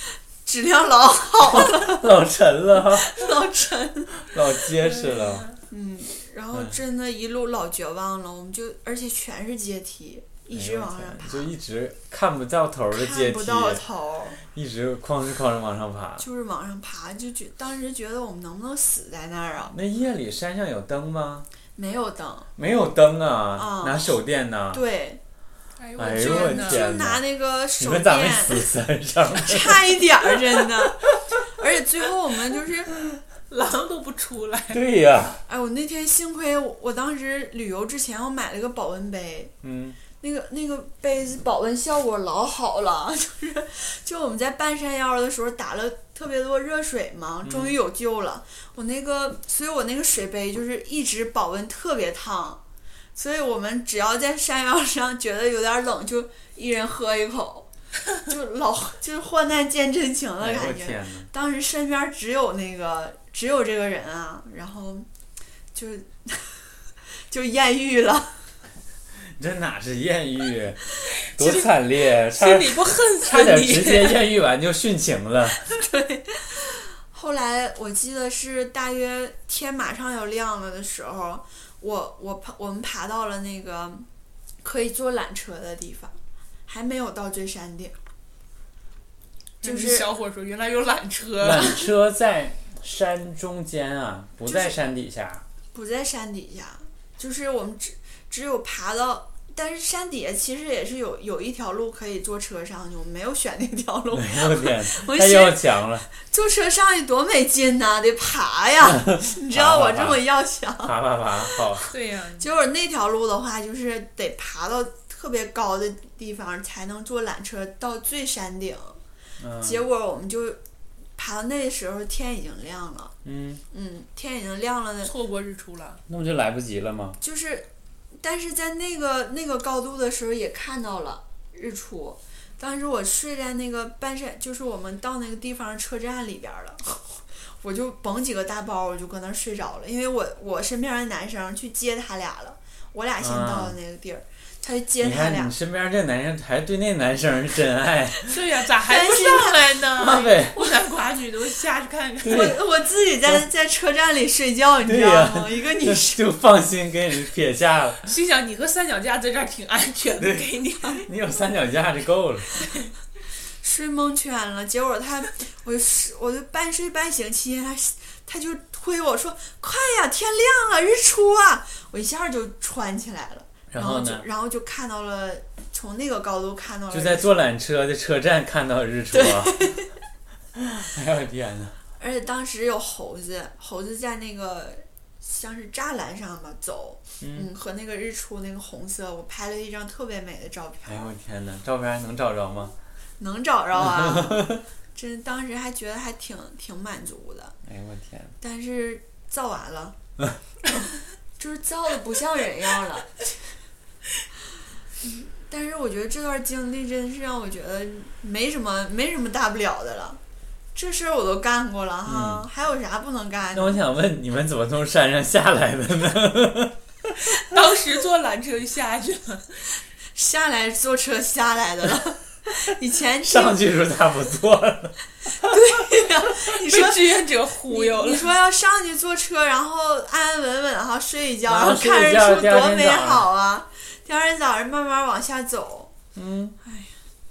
Speaker 2: 质量老好了，
Speaker 1: 老沉了啊，
Speaker 2: 老沉。”
Speaker 1: 老结实了。
Speaker 2: 嗯，然后
Speaker 1: 嗯
Speaker 2: 真的一路老绝望了，我们就而且全是阶梯，一直往上
Speaker 1: 哎呦我
Speaker 2: 爬，
Speaker 1: 天就一直看不到头儿的阶
Speaker 2: 看不
Speaker 1: 梯，
Speaker 2: 到头，
Speaker 1: 一直哐哧哐哧往上爬。
Speaker 2: 就是往上爬，就觉当时觉得我们能不能死在那儿啊？
Speaker 1: 那夜里山上有灯吗？
Speaker 2: 没有灯，
Speaker 1: 没有灯啊，
Speaker 2: 啊
Speaker 1: 拿手电呢。
Speaker 2: 对，
Speaker 3: 哎
Speaker 1: 哎
Speaker 3: 我
Speaker 1: 呦我
Speaker 3: 天哪！
Speaker 1: 天
Speaker 2: 就
Speaker 1: 哪
Speaker 2: 拿那个
Speaker 1: 你
Speaker 2: 手
Speaker 1: 们咋没
Speaker 2: 电，
Speaker 1: 死山上？ (laughs)
Speaker 2: 差一点儿，真的。而且最后我们就是
Speaker 3: 狼都不出来。
Speaker 1: (laughs) 对呀、
Speaker 2: 哎，我那天幸亏我我当时旅游之前我买了个保温杯，
Speaker 1: 嗯，
Speaker 2: 那个那个杯子保温效果老好了， (laughs) 就是就我们在半山腰的时候打了特别多热水嘛，终
Speaker 1: 嗯
Speaker 2: 于有救了。我那个，所以我那个水杯就是一直保温特别烫，所以我们只要在山腰上觉得有点冷，就一人喝
Speaker 1: (laughs)
Speaker 2: 一口，就老就是患难见真情的
Speaker 1: 哎呦我
Speaker 2: 感觉。
Speaker 1: 天哪，
Speaker 2: 当时身边只有那个只有这个人啊，然后就 (laughs) 就艳遇了，
Speaker 1: 你这哪是艳
Speaker 2: (laughs)
Speaker 1: 遇，多惨烈，差
Speaker 3: 心里不恨
Speaker 1: 差
Speaker 3: 死
Speaker 1: 点直
Speaker 3: 你？
Speaker 1: 接艳遇完就殉情
Speaker 2: (laughs)
Speaker 1: 了。
Speaker 2: 对。后来我记得是大约天马上要亮了的时候，我我爬我们爬到了那个可以坐缆车的地方，还没有到最山顶，就是
Speaker 3: 小伙说，原来有缆车，
Speaker 1: 缆车在山中间啊，不在
Speaker 2: 就是
Speaker 1: 山底下。
Speaker 2: 不在山底下，就是我们只只有爬到，但是山底下其实也是有有一条路可以坐车上去，我们没有选那条
Speaker 1: (laughs)
Speaker 2: 路，
Speaker 1: 哎呦我天，
Speaker 2: 我
Speaker 1: 太
Speaker 2: 是
Speaker 1: 要强了，
Speaker 2: 坐车上去多没劲呐、得
Speaker 1: (laughs)
Speaker 2: 爬呀！你知道我这么要强，
Speaker 1: 爬爬爬，好，
Speaker 3: 对呀、
Speaker 2: 结果那条路的话，就是得爬到特别高的地方才能坐缆车到最山顶。结
Speaker 1: 嗯
Speaker 2: 果我们就爬到那时候天已经亮了，
Speaker 1: 嗯，
Speaker 2: 嗯，天已经亮了的
Speaker 3: 错过日出了。
Speaker 1: 那不就来不及了吗？
Speaker 2: 就是，但是在那个那个高度的时候也看到了日出。当时我睡在那个半山，就是我们到那个地方车站里边儿了， (laughs) 我就绷几个大包，我就搁那儿睡着了。因为我我身边的男生去接他俩了，我俩先到的那个地儿，他就接
Speaker 1: 啊你
Speaker 2: 他
Speaker 1: 看
Speaker 2: 俩
Speaker 1: 你。身边这男生还对那男生是真
Speaker 2: (laughs)
Speaker 1: 爱，
Speaker 3: 对呀、咋还不上来
Speaker 1: (laughs)
Speaker 3: 呢？
Speaker 1: 妈呗，
Speaker 3: 孤男寡女都下去看看。
Speaker 1: 对
Speaker 2: 哎我我自己在在车站里睡觉，你知
Speaker 1: 对
Speaker 2: 道
Speaker 1: 呀
Speaker 2: 吗？一个
Speaker 1: 就
Speaker 2: 女生，
Speaker 1: 就放心给你撇下了。
Speaker 3: 心想你和三脚架在这儿挺安全的，给你。
Speaker 1: 你有三脚架就够
Speaker 2: 哦
Speaker 1: 了。
Speaker 2: 睡蒙圈了，结果他，我就是我就半睡半醒期间，他他就推我说：“快呀，天亮了，日出啊！”我一下就穿起来了，
Speaker 1: 然
Speaker 2: 后
Speaker 1: 后
Speaker 2: 就
Speaker 1: 呢，
Speaker 2: 然后就看到了，从那个高度看到了，
Speaker 1: 就在坐缆车的车站看到日出啊。 (laughs) 哎呦我天哪！
Speaker 2: 而且当时有猴子，猴子在那个像是栅栏上吧走，
Speaker 1: 嗯，
Speaker 2: 嗯，和那个日出那个红色，我拍了一张特别美的照片
Speaker 1: 哎，呦我天哪，照片还能找着吗？
Speaker 2: 能找
Speaker 1: (laughs)
Speaker 2: 着啊，真当时还觉得还挺挺满足的。
Speaker 1: 哎呦我天哪！
Speaker 2: 但是造完了，
Speaker 1: 嗯
Speaker 2: (laughs) 就是造的不像人样了。嗯但是我觉得这段经历真是让我觉得没什么没什么大不了的了，这事儿我都干过了哈，还有啥不能干
Speaker 1: 嗯那我
Speaker 2: 的？
Speaker 1: 想问你们怎么从山上下来的
Speaker 2: (laughs)
Speaker 1: 呢？
Speaker 3: 当时坐缆车就下去了，
Speaker 2: 下来坐车下来的了。 (laughs)
Speaker 1: (laughs)
Speaker 2: 以前听
Speaker 1: 上去时候咋不坐了？
Speaker 2: (laughs) 你
Speaker 3: 被
Speaker 2: 说
Speaker 3: 志愿者忽悠
Speaker 2: 你
Speaker 3: 了。
Speaker 2: 说要上去坐车，然后安安稳稳哈睡一觉，
Speaker 1: 然
Speaker 2: 然
Speaker 1: 后
Speaker 2: 后
Speaker 1: 睡
Speaker 2: 看
Speaker 1: 一
Speaker 2: 日
Speaker 1: 觉
Speaker 2: 出
Speaker 1: 第二
Speaker 2: 多
Speaker 1: 天
Speaker 2: 美
Speaker 1: 早上
Speaker 2: 好啊！第二天早上慢慢往下走，
Speaker 1: 嗯，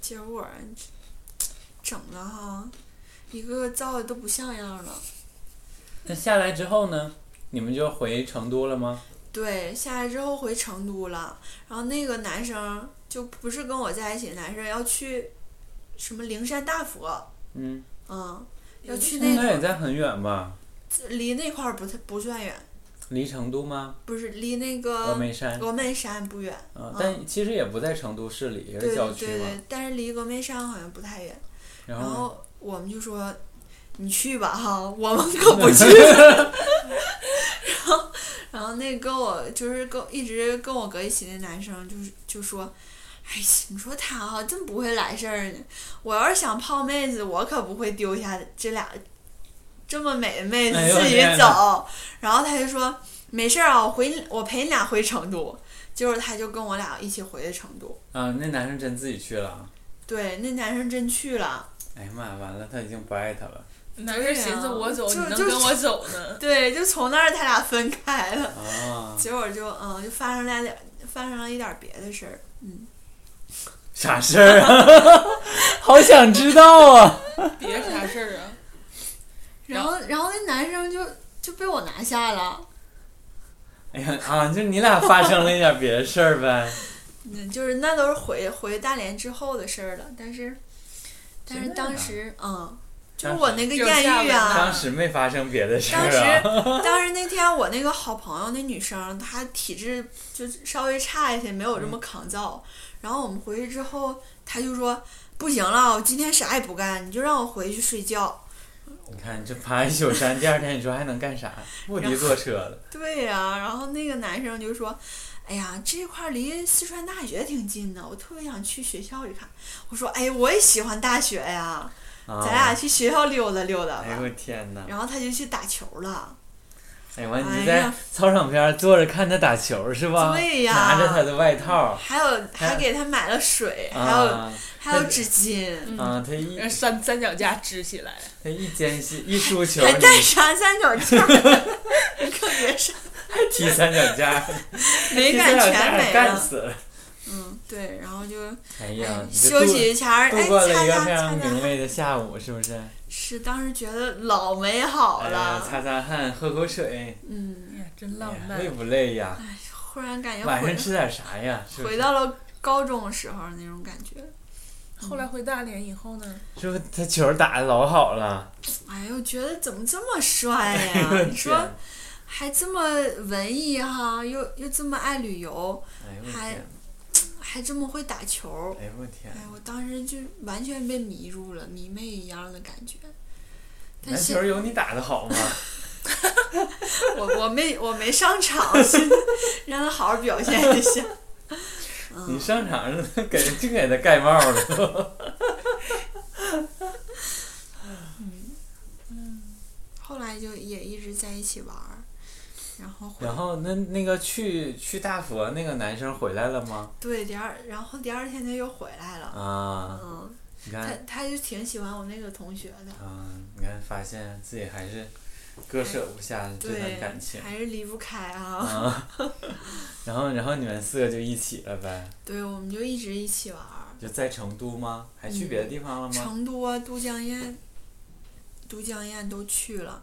Speaker 2: 结果整的哈，一个个造的都不像样了。
Speaker 1: 那下来之后呢？你们就回成都了吗？
Speaker 2: 对，下来之后回成都了，然后那个男生就不是跟我在一起，男生要去什么灵山大佛，
Speaker 1: 嗯，
Speaker 2: 嗯，要去
Speaker 1: 应
Speaker 2: 那
Speaker 1: 该也
Speaker 2: 个
Speaker 1: 在很远吧？
Speaker 2: 离那块儿不太不算远，
Speaker 1: 离成都吗？
Speaker 2: 不是离那
Speaker 1: 峨
Speaker 2: 个
Speaker 1: 眉山
Speaker 2: 峨眉山不远，
Speaker 1: 啊
Speaker 2: 嗯，
Speaker 1: 但其实也不在成都市里，也
Speaker 2: 对
Speaker 1: 是郊
Speaker 2: 对
Speaker 1: 区
Speaker 2: 对
Speaker 1: 嘛。
Speaker 2: 对，哦但是离峨眉山好像不太远。
Speaker 1: 然
Speaker 2: 然
Speaker 1: 后
Speaker 2: 后我们就说你去吧哈，我们
Speaker 1: (laughs)
Speaker 2: 可不去。然后，然后那跟我就是跟一直跟我搁一起那男生就是就说。哎，你说他哈、真不会来事儿呢。我要是想泡妹子，我可不会丢下这俩这么美的妹子
Speaker 1: 哎呦
Speaker 2: 自己
Speaker 1: 天
Speaker 2: 走。
Speaker 1: 哪
Speaker 2: 然后他就说没事儿啊，我回你我陪你俩回成都。结果他就跟我俩一起回的成都。
Speaker 1: 啊，那男生真自己去了啊。
Speaker 2: 对，那男生真去了。
Speaker 1: 哎呀妈呀，完了，他已经不爱他了
Speaker 3: 男生寻思我走，
Speaker 2: 对
Speaker 3: 你
Speaker 2: 呀
Speaker 3: 能
Speaker 2: 嗯就
Speaker 3: 跟我
Speaker 2: (laughs)
Speaker 3: 走呢？
Speaker 2: 对，就从那儿他俩分开了，
Speaker 1: 啊！ (laughs)
Speaker 2: 结果就嗯，就发生了点，发生了一点别的事儿，嗯，
Speaker 1: 啥事儿啊？
Speaker 2: (laughs)
Speaker 1: 好想知道啊！
Speaker 3: 别啥事儿啊！
Speaker 2: 然后然后那男生就就被我拿下了，
Speaker 1: (laughs) 哎呀啊，就你俩发生了一点别的事儿呗。
Speaker 2: 嗯，就是那都是回回大连之后的事儿了，但是但
Speaker 1: 真
Speaker 2: 是
Speaker 1: 的
Speaker 2: 当
Speaker 1: 呀
Speaker 2: 时嗯，就是我那个
Speaker 3: 只有下
Speaker 2: 艳遇
Speaker 3: 文
Speaker 2: 啊，
Speaker 3: 啊
Speaker 1: 当时没发生别的事
Speaker 2: 当
Speaker 1: 儿
Speaker 2: 时
Speaker 1: 啊。
Speaker 2: 当时那天我那个好朋友那女生，她体质就是稍微差一些，没有这
Speaker 1: 嗯
Speaker 2: 么抗造。然后我们回去之后，她就说不行了，我今天啥也不干，你就让我回去睡觉。
Speaker 1: (laughs) 你看，这爬一宿山，第二天你说还能干啥？目的坐车了，
Speaker 2: 对呀、然后那个男生就说。哎呀，这块儿离四川大学挺近的，我特别想去学校一看。我说，哎，我也喜欢大学呀，
Speaker 1: 啊、
Speaker 2: 咱俩去学校溜达溜达吧。
Speaker 1: 哎呦我天哪！
Speaker 2: 然后他就去打球了。
Speaker 1: 哎完，
Speaker 2: 哎
Speaker 1: 你
Speaker 2: 呀
Speaker 1: 在操场边坐着看他打球是吧？
Speaker 2: 对呀
Speaker 1: 拿着他的外套，
Speaker 2: 还有还给他买了水，还有、嗯
Speaker 1: 啊
Speaker 2: 还有纸巾，
Speaker 1: 啊，他一
Speaker 3: 让三三脚架支起来，
Speaker 1: 他一间隙一输球，
Speaker 2: 还
Speaker 1: 你
Speaker 2: 带啥
Speaker 1: (laughs)
Speaker 2: 三角架儿？你可别上，
Speaker 1: 踢三脚架，
Speaker 2: 美
Speaker 1: 踢
Speaker 2: 感
Speaker 1: 三脚
Speaker 2: 全
Speaker 1: 架
Speaker 2: (laughs) 没
Speaker 1: 干
Speaker 2: 了。
Speaker 1: 死了。
Speaker 2: 嗯，对，然后就
Speaker 1: 哎呀
Speaker 2: 哎，
Speaker 1: 你这
Speaker 2: 休息一下儿，
Speaker 1: 度
Speaker 2: 哎，
Speaker 1: 度过了
Speaker 2: 擦
Speaker 1: 一个
Speaker 2: 擦
Speaker 1: 非
Speaker 2: 擦
Speaker 1: 常明
Speaker 2: 擦，
Speaker 1: 媚的下午，是不是？
Speaker 2: 是当时觉得老美好
Speaker 1: 哎呀，
Speaker 2: 了，
Speaker 1: 擦擦汗，喝口水，
Speaker 2: 嗯，哎
Speaker 3: 呀，真
Speaker 1: 哎呀累不累呀？
Speaker 2: 忽然感觉
Speaker 1: 晚上
Speaker 2: 回
Speaker 1: 吃点啥呀？是不
Speaker 2: 回
Speaker 1: 是？
Speaker 2: 到了高中时候那种感觉。
Speaker 3: 后来回大连以后 (laughs) 呢，
Speaker 1: 是不是他球打的老好
Speaker 2: (laughs)
Speaker 1: 了？
Speaker 2: 哎呦，觉得怎么这么帅
Speaker 1: 哎呦我 (laughs)
Speaker 2: 呀？你说
Speaker 1: 天
Speaker 2: 还这么文艺哈，又又这么爱旅游，
Speaker 1: 哎呦我
Speaker 2: 还
Speaker 1: 天！
Speaker 2: 还这么会打球，
Speaker 1: 哎呦我天！
Speaker 2: 哎，我当时就完全被迷住了，迷妹一样的感觉。但
Speaker 1: 篮
Speaker 2: 是
Speaker 1: 球有你打的
Speaker 2: (laughs)
Speaker 1: 好吗？
Speaker 2: 我我没我没上场， (laughs) 现在让他好好表现一下。
Speaker 1: 你
Speaker 2: 嗯，
Speaker 1: 上场了， (laughs) 给就给他盖帽了。 (laughs)
Speaker 2: 后来就也一直在一起玩儿，然后回
Speaker 1: 然后那那个去去大佛那个男生回来了吗？
Speaker 2: 对第二，然后第二天他又回来了。
Speaker 1: 啊，
Speaker 2: 嗯，
Speaker 1: 你
Speaker 2: 他
Speaker 1: 看
Speaker 2: 他就挺喜欢我那个同学的，
Speaker 1: 啊，你看发现自己还是割舍不下这段
Speaker 2: 对
Speaker 1: 感，情
Speaker 2: 还是离不开啊。
Speaker 1: 啊。 (laughs) 然后然后你们四个就一起了呗？
Speaker 2: (laughs) 对，我们就一直一起玩儿。
Speaker 1: 就在成都吗？还去别的地方了吗？
Speaker 2: 嗯成都啊，都江堰，都江堰都去了。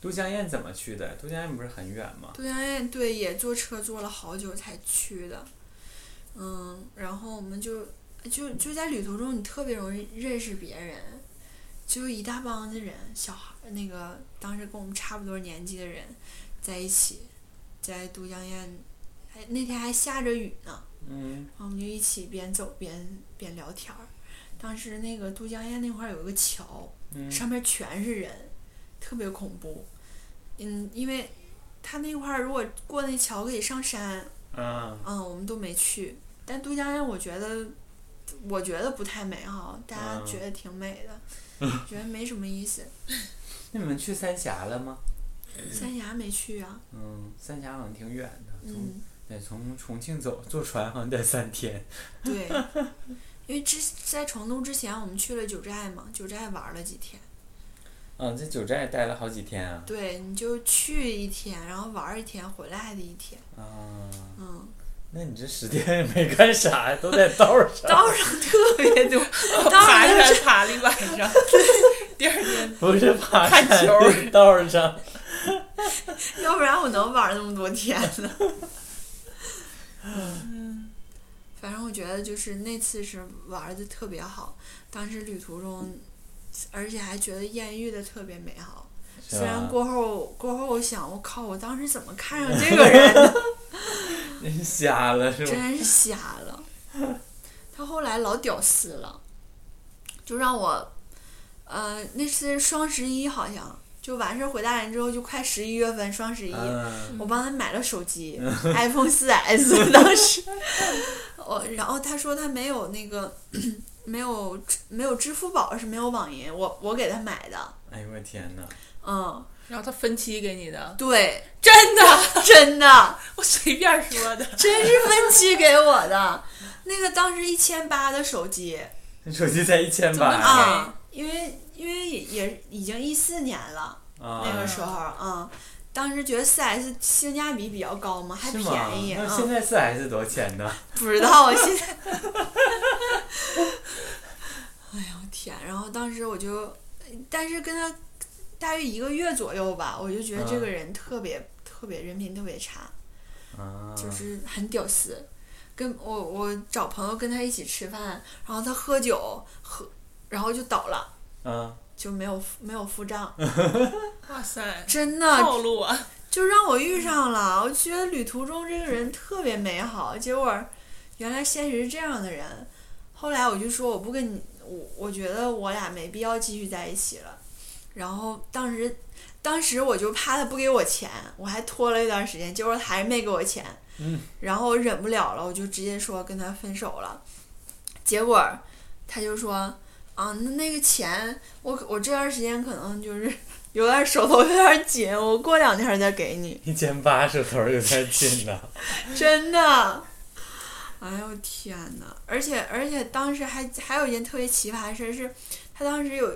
Speaker 1: 都江堰怎么去的？都江堰不是很远吗？
Speaker 2: 都江堰对，也坐车坐了好久才去的，嗯，然后我们就就就在旅途中，你特别容易认识别人，就一大帮子人，小孩儿那个当时跟我们差不多年纪的人在一起，在都江堰，还那天还下着雨呢，
Speaker 1: 嗯，
Speaker 2: 然后我们就一起边走边边聊天儿。当时那个都江堰那块儿有一个桥，
Speaker 1: 嗯
Speaker 2: 上面全是人，特别恐怖。嗯，因为他那块儿如果过那桥可以上山，
Speaker 1: 啊，
Speaker 2: 嗯，我们都没去。但都江堰我觉得，我觉得不太美哈，大家
Speaker 1: 嗯
Speaker 2: 觉得挺美的，觉得没什么意思。
Speaker 1: 那你们去三峡了吗？
Speaker 2: 三峡没去啊，
Speaker 1: 嗯，三峡好像挺远的，从
Speaker 2: 嗯，
Speaker 1: 得从重庆走，坐船好像得三天。
Speaker 2: 对，因为之在成都之前我们去了九寨嘛，九寨玩了几天。
Speaker 1: 啊，在九寨待了好几天啊。
Speaker 2: 对，你就去一天，然后玩儿一天，回来还得一天。
Speaker 1: 啊，
Speaker 2: 嗯，
Speaker 1: 那你这十天也没干啥，都在道上。
Speaker 2: 道上特别多，道
Speaker 3: 爬
Speaker 2: 上就是
Speaker 3: 山爬了一晚 (laughs) 上，第二天
Speaker 1: 不是爬
Speaker 3: 看
Speaker 1: 山，
Speaker 3: 球
Speaker 1: 是道
Speaker 2: (laughs)
Speaker 1: 上。
Speaker 2: 要不然我能玩那么多天呢？反正我觉得就是那次是玩的特别好，当时旅途中，而且还觉得艳遇的特别美好。
Speaker 1: 是
Speaker 2: 虽然
Speaker 1: 吧？
Speaker 2: 过后过后，我想我靠，我当时怎么看上这个人的，
Speaker 1: 人瞎了是吧？
Speaker 2: 真是瞎了。他后来老屌丝了，就让我，呃，那是双十一好像，就完事儿回大连之后就快十一月份双十一，
Speaker 1: 嗯，
Speaker 2: 我帮他买了手机，iPhone 4 S，当 (laughs) 时，我然后他说他没有那个 (clears throat) 没有没有支付宝是没有网银，我我给他买的，
Speaker 1: 哎呦我天哪！
Speaker 2: 嗯，
Speaker 3: 然后他分期给你的，
Speaker 2: 对，
Speaker 3: 真的，
Speaker 2: 真的，
Speaker 3: 我随便说的，
Speaker 2: 真是分期给我的，那个当时一千八的手机
Speaker 1: 那手机才一千
Speaker 3: 怎
Speaker 1: 八
Speaker 3: 么
Speaker 1: 啊！
Speaker 2: 啊、因为因为也也已经一四年了，那个时候啊、嗯当时觉得4 S 性价比比较高嘛，还
Speaker 1: 是
Speaker 2: 便
Speaker 1: 吗？
Speaker 2: 宜啊。
Speaker 1: 那
Speaker 2: 嗯
Speaker 1: 现在四 S 多少钱
Speaker 2: (laughs)
Speaker 1: 呢？
Speaker 2: 不知道，我现在，哎呀，我天！然后当时我就，但是跟他大约一个月左右吧，我就觉得这个人特别、特别人品特别差，
Speaker 1: 啊，
Speaker 2: 就是很屌丝。跟我我找朋友跟他一起吃饭，然后他喝酒喝，然后就倒了。
Speaker 1: 啊，
Speaker 2: 就没有没有付账，
Speaker 3: 哇塞，
Speaker 2: 真的
Speaker 3: 套路啊！
Speaker 2: 就让我遇上了。我觉得旅途中这个人特别美好，结果原来现实是这样的人。后来我就说我不跟你，我我觉得我俩没必要继续在一起了。然后当时，当时我就怕他不给我钱，我还拖了一段时间，结果他还是没给我钱。
Speaker 1: 嗯。
Speaker 2: 然后我忍不了了，我就直接说跟他分手了。结果他就说啊，那那个钱我我这段时间可能就是有点手头有点紧，我过两天再给你。
Speaker 1: 一千八手头儿有点紧
Speaker 2: (laughs)
Speaker 1: 呐。
Speaker 2: 真的。 (laughs) 哎呦天哪！而且而且当时还还有一件特别奇葩的事儿是，他当时有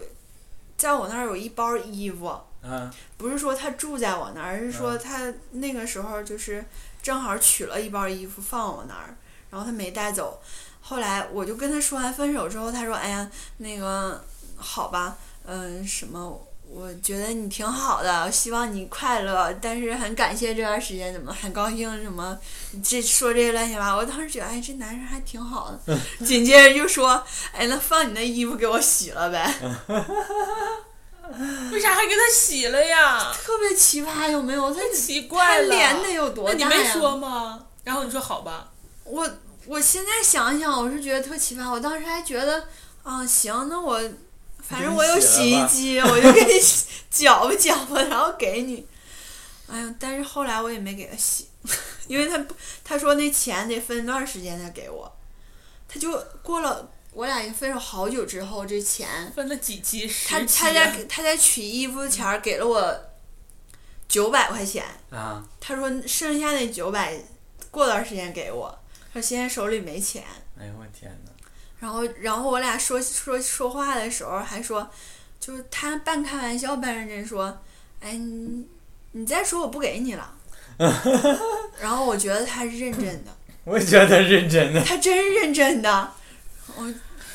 Speaker 2: 在我那儿有一包衣服，
Speaker 1: 嗯
Speaker 2: 不是说他住在我那儿，而是说他那个时候就是正好取了一包衣服放我那儿，然后他没带走。后来我就跟他说完分手之后，他说：“哎呀，那个好吧，嗯，什么，我觉得你挺好的，希望你快乐，但是很感谢这段时间，怎么很高兴，什么这说这些乱七八糟。”我当时觉得，哎，这男生还挺好的。紧接着就说：“哎，那放你那衣服给我洗了呗。”
Speaker 3: 为啥还给他洗了呀？
Speaker 2: 特别奇葩，有没有？他
Speaker 3: 太奇怪了，
Speaker 2: 他脸得有多
Speaker 3: 那
Speaker 2: 大
Speaker 3: 你
Speaker 2: 呀？
Speaker 3: 没说吗？然后你说好吧，
Speaker 2: 我我现在想一想，我是觉得特奇葩。我当时还觉得，啊，行，那我反正我有洗衣机，我就给你洗搅吧搅吧，然后给你。哎呀，但是后来我也没给他洗， (laughs) 因为他不他说那钱得分段时间再给我，他就过了我俩也分手好久之后，这钱
Speaker 3: 分了几期十
Speaker 2: 他
Speaker 3: 期
Speaker 2: 他
Speaker 3: 啊
Speaker 2: 在他在取衣服前儿给了我九百块钱。
Speaker 1: 啊，
Speaker 2: 他说剩下那九百过段时间给我，他现在手里没钱。
Speaker 1: 哎呦我天哪！
Speaker 2: 然后，然后我俩说说说话的时候还说，就是他半开玩笑半认真说，哎，你你再说我不给你了。然后我觉得他是认真的，
Speaker 1: 我也觉得他认真的。
Speaker 2: 他真是认真的。我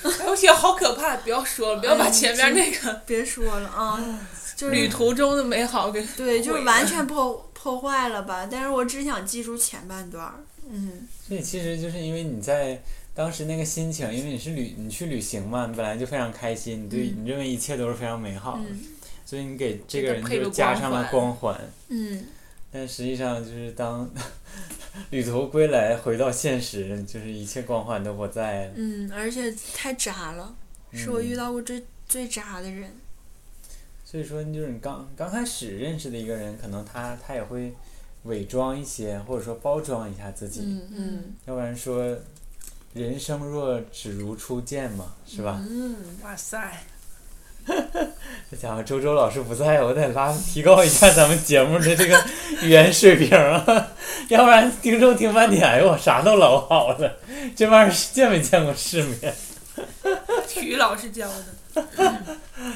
Speaker 3: 哎我觉得好可怕，不要说了，不要
Speaker 2: 哎
Speaker 3: 把前面那个
Speaker 2: 别说了啊，就
Speaker 3: 旅
Speaker 2: 是
Speaker 3: 途中的美好给
Speaker 2: 对，就
Speaker 3: 毁
Speaker 2: 是
Speaker 3: 了
Speaker 2: 完全破破坏了吧。但是我只想记住前半段儿，嗯，
Speaker 1: (laughs) 所以其实就是因为你在当时那个心情，因为你是旅你去旅行嘛，你本来就非常开心，你对、
Speaker 2: 嗯
Speaker 1: 你认为一切都是非常美好的，
Speaker 2: 嗯
Speaker 1: 所以你给这个人
Speaker 3: 给他配
Speaker 1: 就
Speaker 3: 个
Speaker 1: 加上了光
Speaker 3: 光
Speaker 1: 环。
Speaker 2: 嗯。
Speaker 1: 但实际上就是当 (laughs) 旅途归来回到现实，就是一切光环都不在了。
Speaker 2: 嗯，而且太渣了，是我遇
Speaker 1: 嗯
Speaker 2: 到过最、最渣的人。
Speaker 1: 所以说，就是你刚刚开始认识的一个人，可能他他也会伪装一些，或者说包装一下自己，
Speaker 2: 嗯
Speaker 3: 嗯
Speaker 1: 要不然说人生若只如初见嘛，是吧？ (laughs)
Speaker 3: 嗯，哇塞，
Speaker 1: 这家伙周周老师不在，我得拉提高一下咱们节目的
Speaker 2: (laughs)
Speaker 1: 这个语言水平啊，要不然听众听半天，哎呦，我啥都老好了，这玩意儿见没见过世面？
Speaker 3: (laughs) 体育老师教的，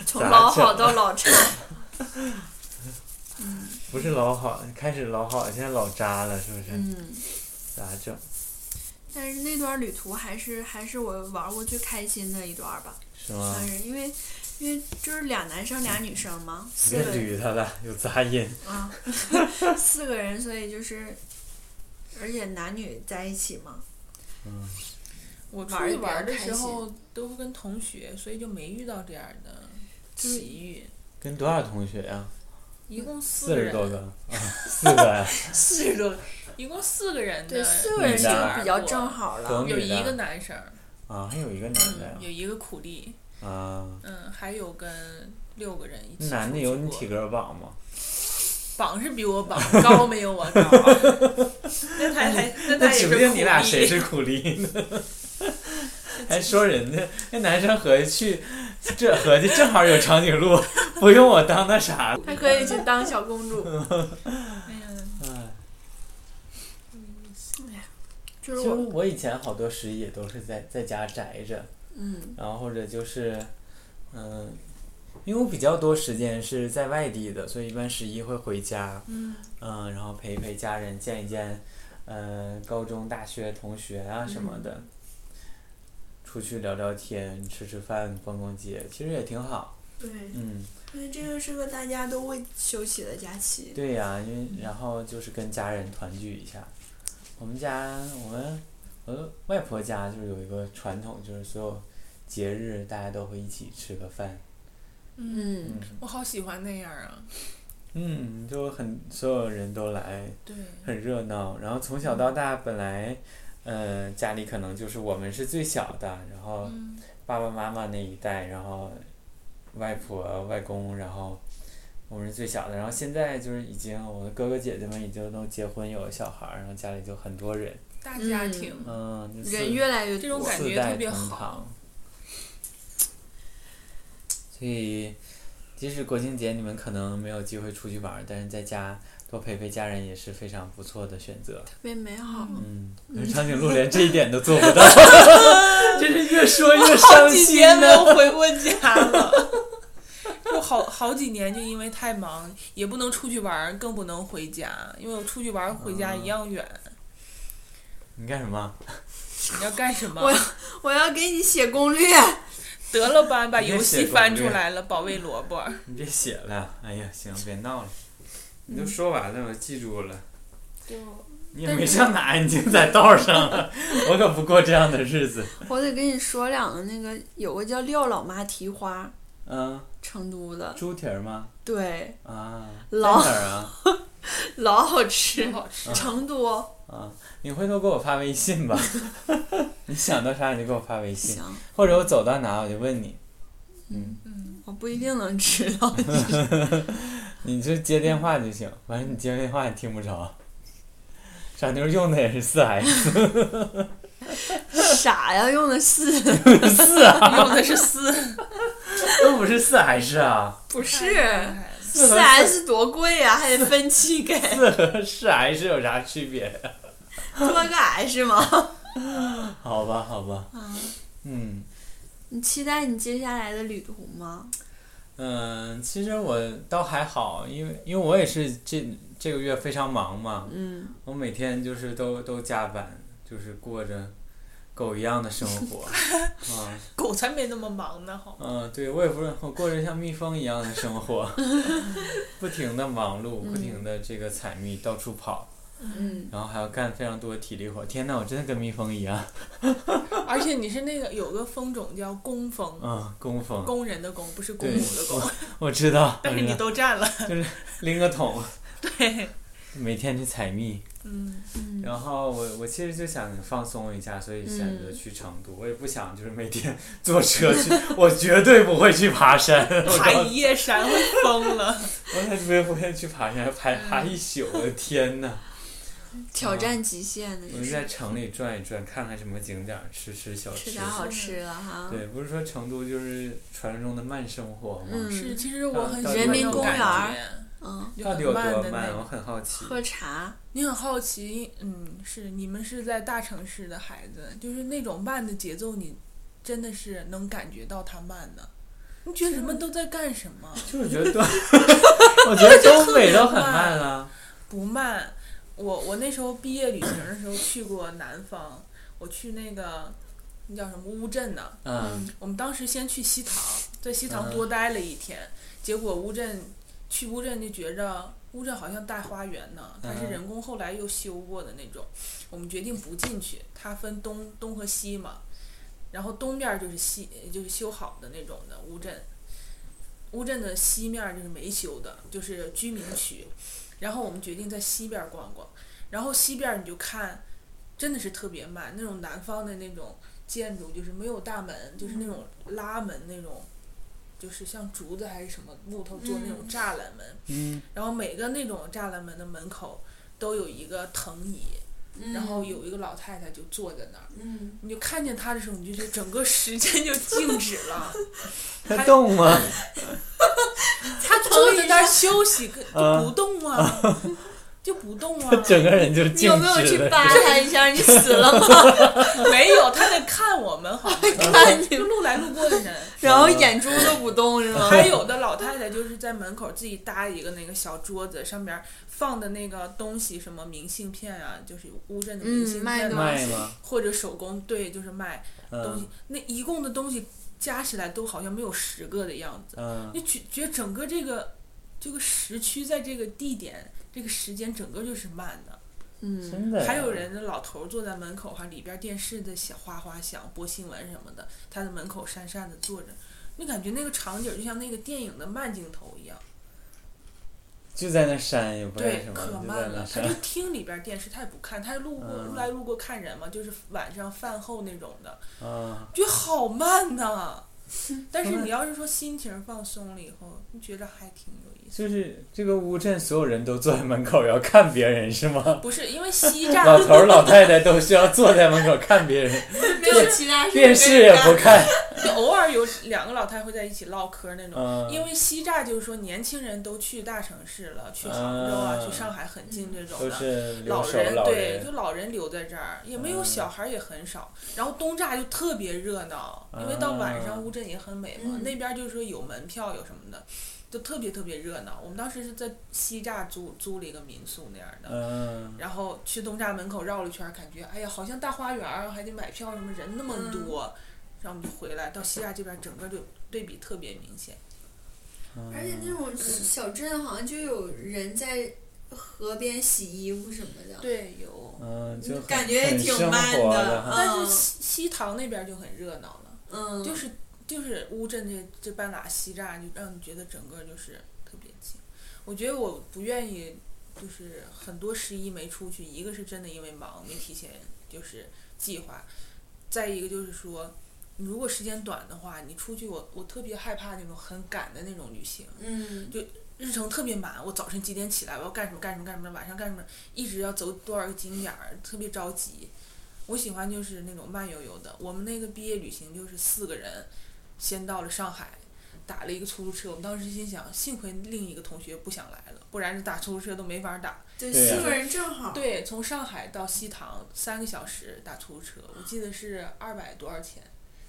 Speaker 2: 从
Speaker 1: 咋
Speaker 2: 老
Speaker 1: 整
Speaker 2: 好到
Speaker 1: (laughs)
Speaker 2: 老差。
Speaker 1: 不是老好，开始老好，现在老渣了，是不是？
Speaker 2: 嗯，
Speaker 1: 咋整？
Speaker 2: 但是那段旅途还是还是我玩过最开心的一段儿吧，
Speaker 1: 是吗
Speaker 2: 算？是因为因为就是俩男生俩女生嘛，四
Speaker 1: 别
Speaker 2: 个人
Speaker 1: 捋他了，有杂音。
Speaker 2: 啊， (laughs) 四个人，所以就是。而且男女在一起嘛，
Speaker 1: 嗯，
Speaker 3: 我出
Speaker 2: 玩儿得
Speaker 3: 去
Speaker 2: 比较
Speaker 3: 玩儿的
Speaker 2: 开
Speaker 3: 时候都是跟同学，所以就没遇到这样的奇遇。
Speaker 1: 跟多少同学呀、啊
Speaker 3: 一共
Speaker 1: 四
Speaker 3: 四个
Speaker 1: 十多
Speaker 3: 人，
Speaker 1: 个啊，四个呀、
Speaker 3: 四十多个，一共四个人的，
Speaker 2: 对，四个人
Speaker 1: 女
Speaker 2: 就
Speaker 1: 的啊
Speaker 2: 比较正好
Speaker 1: 都
Speaker 2: (laughs) 了。
Speaker 1: 女
Speaker 3: 有一
Speaker 1: 的
Speaker 3: 个男生，
Speaker 1: 啊，还有一个男的呀
Speaker 3: 嗯，、有一个苦力，
Speaker 1: 啊，
Speaker 3: 嗯，还有跟六个人一
Speaker 1: 那
Speaker 3: 起。
Speaker 1: 男的有你体
Speaker 3: 格，
Speaker 1: 格榜吗？
Speaker 3: 榜是比我榜高，没有我高。那他还那他也
Speaker 1: 指
Speaker 3: 是
Speaker 1: 不定你俩
Speaker 3: 苦力
Speaker 1: 谁是苦力呢，还说人家那男生合计去，这合计正好有长颈鹿，不用我当那啥。
Speaker 2: 还可以去当小公
Speaker 1: (laughs)
Speaker 2: 主，
Speaker 3: 哎呀，
Speaker 1: 哎
Speaker 2: 就
Speaker 1: 其
Speaker 2: 是
Speaker 1: 实
Speaker 2: 我，
Speaker 1: 我以前好多时也都是在在家宅着，
Speaker 2: 嗯
Speaker 1: 然后或者就是，嗯、因为我比较多时间是在外地的，所以一般十一会回家，
Speaker 3: 嗯，
Speaker 1: 嗯，然后陪一陪家人，见一见，呃，高中、大学同学啊什么的，出去聊聊天，吃吃饭，逛逛街，其实也挺好。
Speaker 2: 对，
Speaker 1: 嗯，
Speaker 2: 因为这个是个大家都会休息的假期。
Speaker 1: 对呀、因为然后就是跟家人团聚一下。我们家，我们我的外婆家就是有一个传统，就是所有节日大家都会一起吃个饭，
Speaker 3: 嗯，
Speaker 2: 嗯，
Speaker 3: 我好喜欢那样啊。
Speaker 1: 嗯，就很所有人都来，
Speaker 3: 对，
Speaker 1: 很热闹。然后从小到大，本来，呃，家里可能就是我们是最小的，然后
Speaker 3: 嗯，
Speaker 1: 爸爸妈妈那一代，然后外婆、外公，然后我们是最小的。然后现在就是已经我的哥哥姐姐们已经都结婚有了小孩儿，然后家里就很多人，
Speaker 3: 大家庭，
Speaker 1: 嗯，就四
Speaker 2: 人越来越
Speaker 3: 这种
Speaker 2: 多
Speaker 3: 感
Speaker 1: 四
Speaker 3: 觉
Speaker 1: 代
Speaker 3: 特别
Speaker 1: 同
Speaker 3: 好
Speaker 1: 堂。所以，即使国庆节你们可能没有机会出去玩儿，但是在家多陪陪家人也是非常不错的选择。
Speaker 2: 特别美好。
Speaker 1: 嗯，可是长颈鹿连这一点都做
Speaker 3: (laughs)
Speaker 1: 不到，真是越说越伤
Speaker 3: 几
Speaker 1: 心
Speaker 3: 年没有
Speaker 1: 呢。
Speaker 3: 回过家了，就好好几年，就因为太忙，也不能出去玩儿，更不能回家，因为我出去玩儿回家一样远。
Speaker 1: 你干什么？
Speaker 3: 你要干什么？
Speaker 2: 我我要给你写攻略，
Speaker 3: 得了吧，把
Speaker 1: 你也
Speaker 3: 游戏
Speaker 1: 写攻
Speaker 3: 翻
Speaker 1: 略
Speaker 3: 出来了，保卫萝卜。
Speaker 1: 你别写了。哎呀，行，别闹了。你都说完了，我记住了。你也没上哪儿，你就在道上了。我可不过这样的日子。
Speaker 2: (laughs) 我得跟你说两个那个，有个叫廖老妈蹄花，
Speaker 1: 嗯，
Speaker 2: 成都的，
Speaker 1: 猪蹄儿吗？
Speaker 2: 对，
Speaker 1: 啊，在
Speaker 2: 老
Speaker 1: 哪儿啊？
Speaker 2: 老好吃
Speaker 3: 真，好吃。
Speaker 2: 成都。
Speaker 1: 啊，你回头给我发微信吧。 (laughs) 你想到啥你就给我发微信，
Speaker 2: 行，
Speaker 1: 或者我走到哪我就问你。嗯，
Speaker 3: 嗯，
Speaker 2: 我不一定能吃到。 (laughs)
Speaker 1: 你就接电话就行，反正你接电话也听不着。傻妞用的也是四 S，
Speaker 2: 傻呀，用的四
Speaker 3: (laughs)
Speaker 1: 四啊，
Speaker 3: 用的是丝，
Speaker 1: 都不是四 S 啊，
Speaker 2: 不
Speaker 3: 哎
Speaker 2: 是
Speaker 3: 哎
Speaker 1: 四
Speaker 2: 四
Speaker 1: 和
Speaker 2: S 多贵呀、还得分期给，
Speaker 1: 四和 (laughs) 四 S 有啥区别？
Speaker 2: 多个 S 吗？ (laughs)
Speaker 1: 好吧，好吧，
Speaker 2: 啊，
Speaker 1: 嗯
Speaker 2: 你期待你接下来的旅途吗？
Speaker 1: 嗯，其实我倒还好，因为因为我也是这这个月非常忙嘛，
Speaker 2: 嗯，
Speaker 1: 我每天就是都都加班，就是过着狗一样的生活。啊，
Speaker 3: (laughs) 狗才没那么忙呢，好吗。
Speaker 1: 嗯，对我也不是，我过着像蜜蜂一样的生活，不停的忙碌，不停的这个采蜜，到处跑，
Speaker 2: 嗯，
Speaker 1: 然后还要干非常多体力活。天呐，我真的跟蜜蜂一样，
Speaker 3: (laughs) 而且你是那个有个风种叫工蜂，
Speaker 1: 嗯，工蜂，
Speaker 3: 工人的工，不是公母的公。
Speaker 1: (laughs) 我知道，
Speaker 3: 但是
Speaker 1: 我知
Speaker 3: 你
Speaker 1: 道
Speaker 3: 都占了， (laughs)
Speaker 1: 拎个桶，
Speaker 3: 对，
Speaker 1: 每天去采蜜。
Speaker 3: 嗯，
Speaker 1: 然后我我其实就想放松一下，所以选择
Speaker 2: 嗯
Speaker 1: 去成都。我也不想就是每天坐车
Speaker 3: (laughs)
Speaker 1: 去，我绝对不会去爬山。 (laughs) 我
Speaker 3: 爬
Speaker 1: 告诉
Speaker 3: 一夜山会疯了。
Speaker 1: 我才不会不会去爬山，爬
Speaker 3: 嗯
Speaker 1: 爬一宿，我的天呐！
Speaker 2: 挑战极限的
Speaker 1: 我
Speaker 2: 就
Speaker 1: 就是在城里转一转，看看什么景点儿，吃吃小
Speaker 2: 吃
Speaker 1: 吃。
Speaker 2: 啥好吃的哈？
Speaker 1: 对，不是说成都就是传说中的慢生活吗？
Speaker 3: 是，
Speaker 2: 嗯
Speaker 3: 其实我很喜欢
Speaker 1: 人民
Speaker 3: 那种
Speaker 1: 公
Speaker 3: 感
Speaker 2: 园儿
Speaker 3: 觉
Speaker 2: 嗯，
Speaker 3: 就
Speaker 1: 到底
Speaker 3: 很
Speaker 1: 有多
Speaker 3: 慢的那
Speaker 1: 慢？啊我
Speaker 3: 种。
Speaker 1: 很好奇。
Speaker 2: 喝茶，
Speaker 3: 你很好奇，嗯，是你们是在大城市的孩子，就是那种慢的节奏，你真的是能感觉到它慢的。你觉得人们都在干什么？
Speaker 1: 就是觉
Speaker 3: (laughs)
Speaker 1: 得，我觉得东北都很慢啊 (laughs) 了。
Speaker 3: 不慢。我我那时候毕业旅行的时候去过南方，我去那个那叫什么乌镇呢？
Speaker 1: 嗯，
Speaker 3: 我们当时先去西塘，在西塘
Speaker 1: 嗯
Speaker 3: 多待了一天，结果乌镇去乌镇就觉着乌镇好像大花园呢，它是
Speaker 1: 嗯
Speaker 3: 人工后来又修过的那种，我们决定不进去，它分东东和西嘛，然后东边儿就是西就是修好的那种的乌镇，乌镇的西面儿就是没修的，就是居民区，然后我们决定在西边儿逛逛，然后西边儿你就看，真的是特别慢，那种南方的那种建筑就是没有大门，就是那种拉门那种，就是像竹子还是什么木头做那种
Speaker 2: 嗯
Speaker 3: 栅栏门，
Speaker 1: 嗯，
Speaker 3: 然后每个那种栅栏门的门口都有一个藤椅，然后有一个老太太就坐在那儿，
Speaker 2: 嗯，
Speaker 3: 你就看见她的时候，你就觉得整个时间就静止了。
Speaker 1: 它动吗？
Speaker 3: 她坐在那儿休息，可就不动啊，就不动啊
Speaker 1: 它，整个人就
Speaker 2: 你
Speaker 1: 静
Speaker 2: 有没有
Speaker 1: 止
Speaker 2: 去
Speaker 1: 了。
Speaker 2: 扒他一下？你死了
Speaker 1: (laughs)
Speaker 2: 吗？
Speaker 3: 没有，她在看我们，好像
Speaker 2: 看你
Speaker 3: 就，路来路过的人。
Speaker 2: 然后眼珠都不动是
Speaker 1: (laughs)
Speaker 2: 吗？
Speaker 3: 还有的老太太就是在门口自己搭一个那个小桌子，上边放的那个东西，什么明信片啊，就是乌镇的明信
Speaker 2: 嗯卖
Speaker 3: 片
Speaker 2: 东
Speaker 3: 啊
Speaker 1: 卖吗？
Speaker 3: 或者手工对，就是卖东西
Speaker 1: 嗯。
Speaker 3: 那一共的东西加起来都好像没有十个的样子，
Speaker 1: 嗯，
Speaker 3: 你觉觉得整个这个这个时区在这个地点这个时间整个就是慢的。
Speaker 2: 嗯，
Speaker 1: 真的呀。
Speaker 3: 还有人，那老头儿坐在门口哈，里边电视在响哗哗响，播新闻什么的，他在门口讪讪的坐着，就感觉那个场景就像那个电影的慢镜头一样。
Speaker 1: 就在那删，也不干
Speaker 3: 对
Speaker 1: 什，么，
Speaker 3: 可
Speaker 1: 就在
Speaker 3: 慢
Speaker 1: 那
Speaker 3: 了。他
Speaker 1: 删
Speaker 3: 就。听里边儿电视，他也不看，他路过、
Speaker 1: 嗯
Speaker 3: 路来路过看人嘛，就是晚上饭后那种的，
Speaker 1: 啊，
Speaker 3: 觉得好慢
Speaker 1: (laughs)
Speaker 3: 呐。但是
Speaker 1: 嗯
Speaker 3: 你要是说心情放松了以后，你觉得还挺有意思。
Speaker 1: 就是这个乌镇所有人都坐在门口要看别人是吗？
Speaker 3: 不是
Speaker 1: (laughs)
Speaker 3: 因为西站，
Speaker 1: 老头儿老太太都是要坐在门口看别人，
Speaker 3: (laughs)
Speaker 2: 没有其他事
Speaker 1: 电视也不看。
Speaker 3: 就偶尔有两个老太会在一起唠嗑那种。
Speaker 1: 嗯，
Speaker 3: 因为西栅就是说年轻人都去大城市了，去杭州啊，
Speaker 1: 嗯
Speaker 3: 去上海很近这种
Speaker 1: 都
Speaker 3: 的。
Speaker 1: 是留
Speaker 3: 老
Speaker 1: 守老
Speaker 3: 对，
Speaker 1: 人
Speaker 3: 就老人留在这儿，也没有
Speaker 1: 嗯
Speaker 3: 小孩儿也很少。然后东栅就特别热闹，因为到晚上
Speaker 1: 嗯
Speaker 3: 乌镇也很美嘛，
Speaker 2: 嗯
Speaker 3: 那边就是说有门票有什么的，就特别特别热闹。我们当时是在西栅租租了一个民宿那样的，
Speaker 1: 嗯，
Speaker 3: 然后去东栅门口绕了一圈儿，感觉哎呀，好像大花园儿，还得买票，什么人那么多。然后我们就回来到西栅这边儿，整个就对比特别明显。
Speaker 1: 嗯
Speaker 2: 而且那种小镇好像就有人在河边洗衣服什么的，
Speaker 3: 对，有，
Speaker 1: 嗯，就很
Speaker 2: 感觉也
Speaker 1: 很
Speaker 2: 挺
Speaker 1: 生
Speaker 2: 慢
Speaker 1: 活
Speaker 2: 的
Speaker 1: 哈
Speaker 2: 嗯
Speaker 3: 但是西西塘那边儿就很热闹了，
Speaker 2: 嗯，
Speaker 3: 就是就是乌镇这这半拉西栅，就让你觉得整个就是特别近。我觉得我不愿意，就是很多十一没出去，一个是真的因为忙没提前就是计划，再一个就是说，你如果时间短的话，你出去我我特别害怕那种很赶的那种旅行，
Speaker 2: 嗯，
Speaker 3: 日程特别满，我早晨几点起来，我要干什么干什么干什么，晚上干什么，一直要走多少个景点儿，特别着急。我喜欢就是那种慢悠悠的。我们那个毕业旅行就是四个人，先到了上海，打了一个出租车。我们当时心想，幸亏另一个同学不想来了，不然这打出租车都没法打。
Speaker 2: 对，
Speaker 1: 对呀啊
Speaker 2: 四个人正好，哎
Speaker 3: 对，从上海到西塘三个小时打出租车，我记得是二百多少钱，
Speaker 2: 哎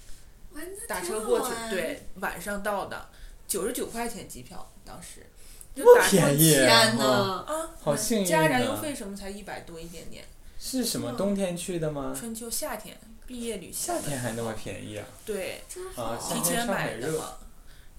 Speaker 2: 那
Speaker 3: 打
Speaker 2: 挺
Speaker 3: 车
Speaker 2: 好
Speaker 3: 过去，
Speaker 2: 啊，
Speaker 3: 对，晚上到的，九十九块钱机票，当时就
Speaker 1: 不
Speaker 3: 打车
Speaker 1: 便宜哦
Speaker 2: 天呐，
Speaker 3: 啊，
Speaker 1: 好幸运
Speaker 3: 加燃
Speaker 1: 呐
Speaker 3: 油费什么才一百多一点点，
Speaker 1: 是什么
Speaker 2: 嗯
Speaker 1: 冬天去的吗？
Speaker 3: 春秋夏天毕业旅行
Speaker 1: 夏
Speaker 3: 的时候，
Speaker 1: 天还那么便宜啊？
Speaker 3: 对，
Speaker 2: 真
Speaker 1: 啊
Speaker 2: 好，
Speaker 1: 夏
Speaker 3: 提
Speaker 1: 天
Speaker 3: 前
Speaker 1: 上海
Speaker 3: 买的
Speaker 1: 热
Speaker 3: 嘛。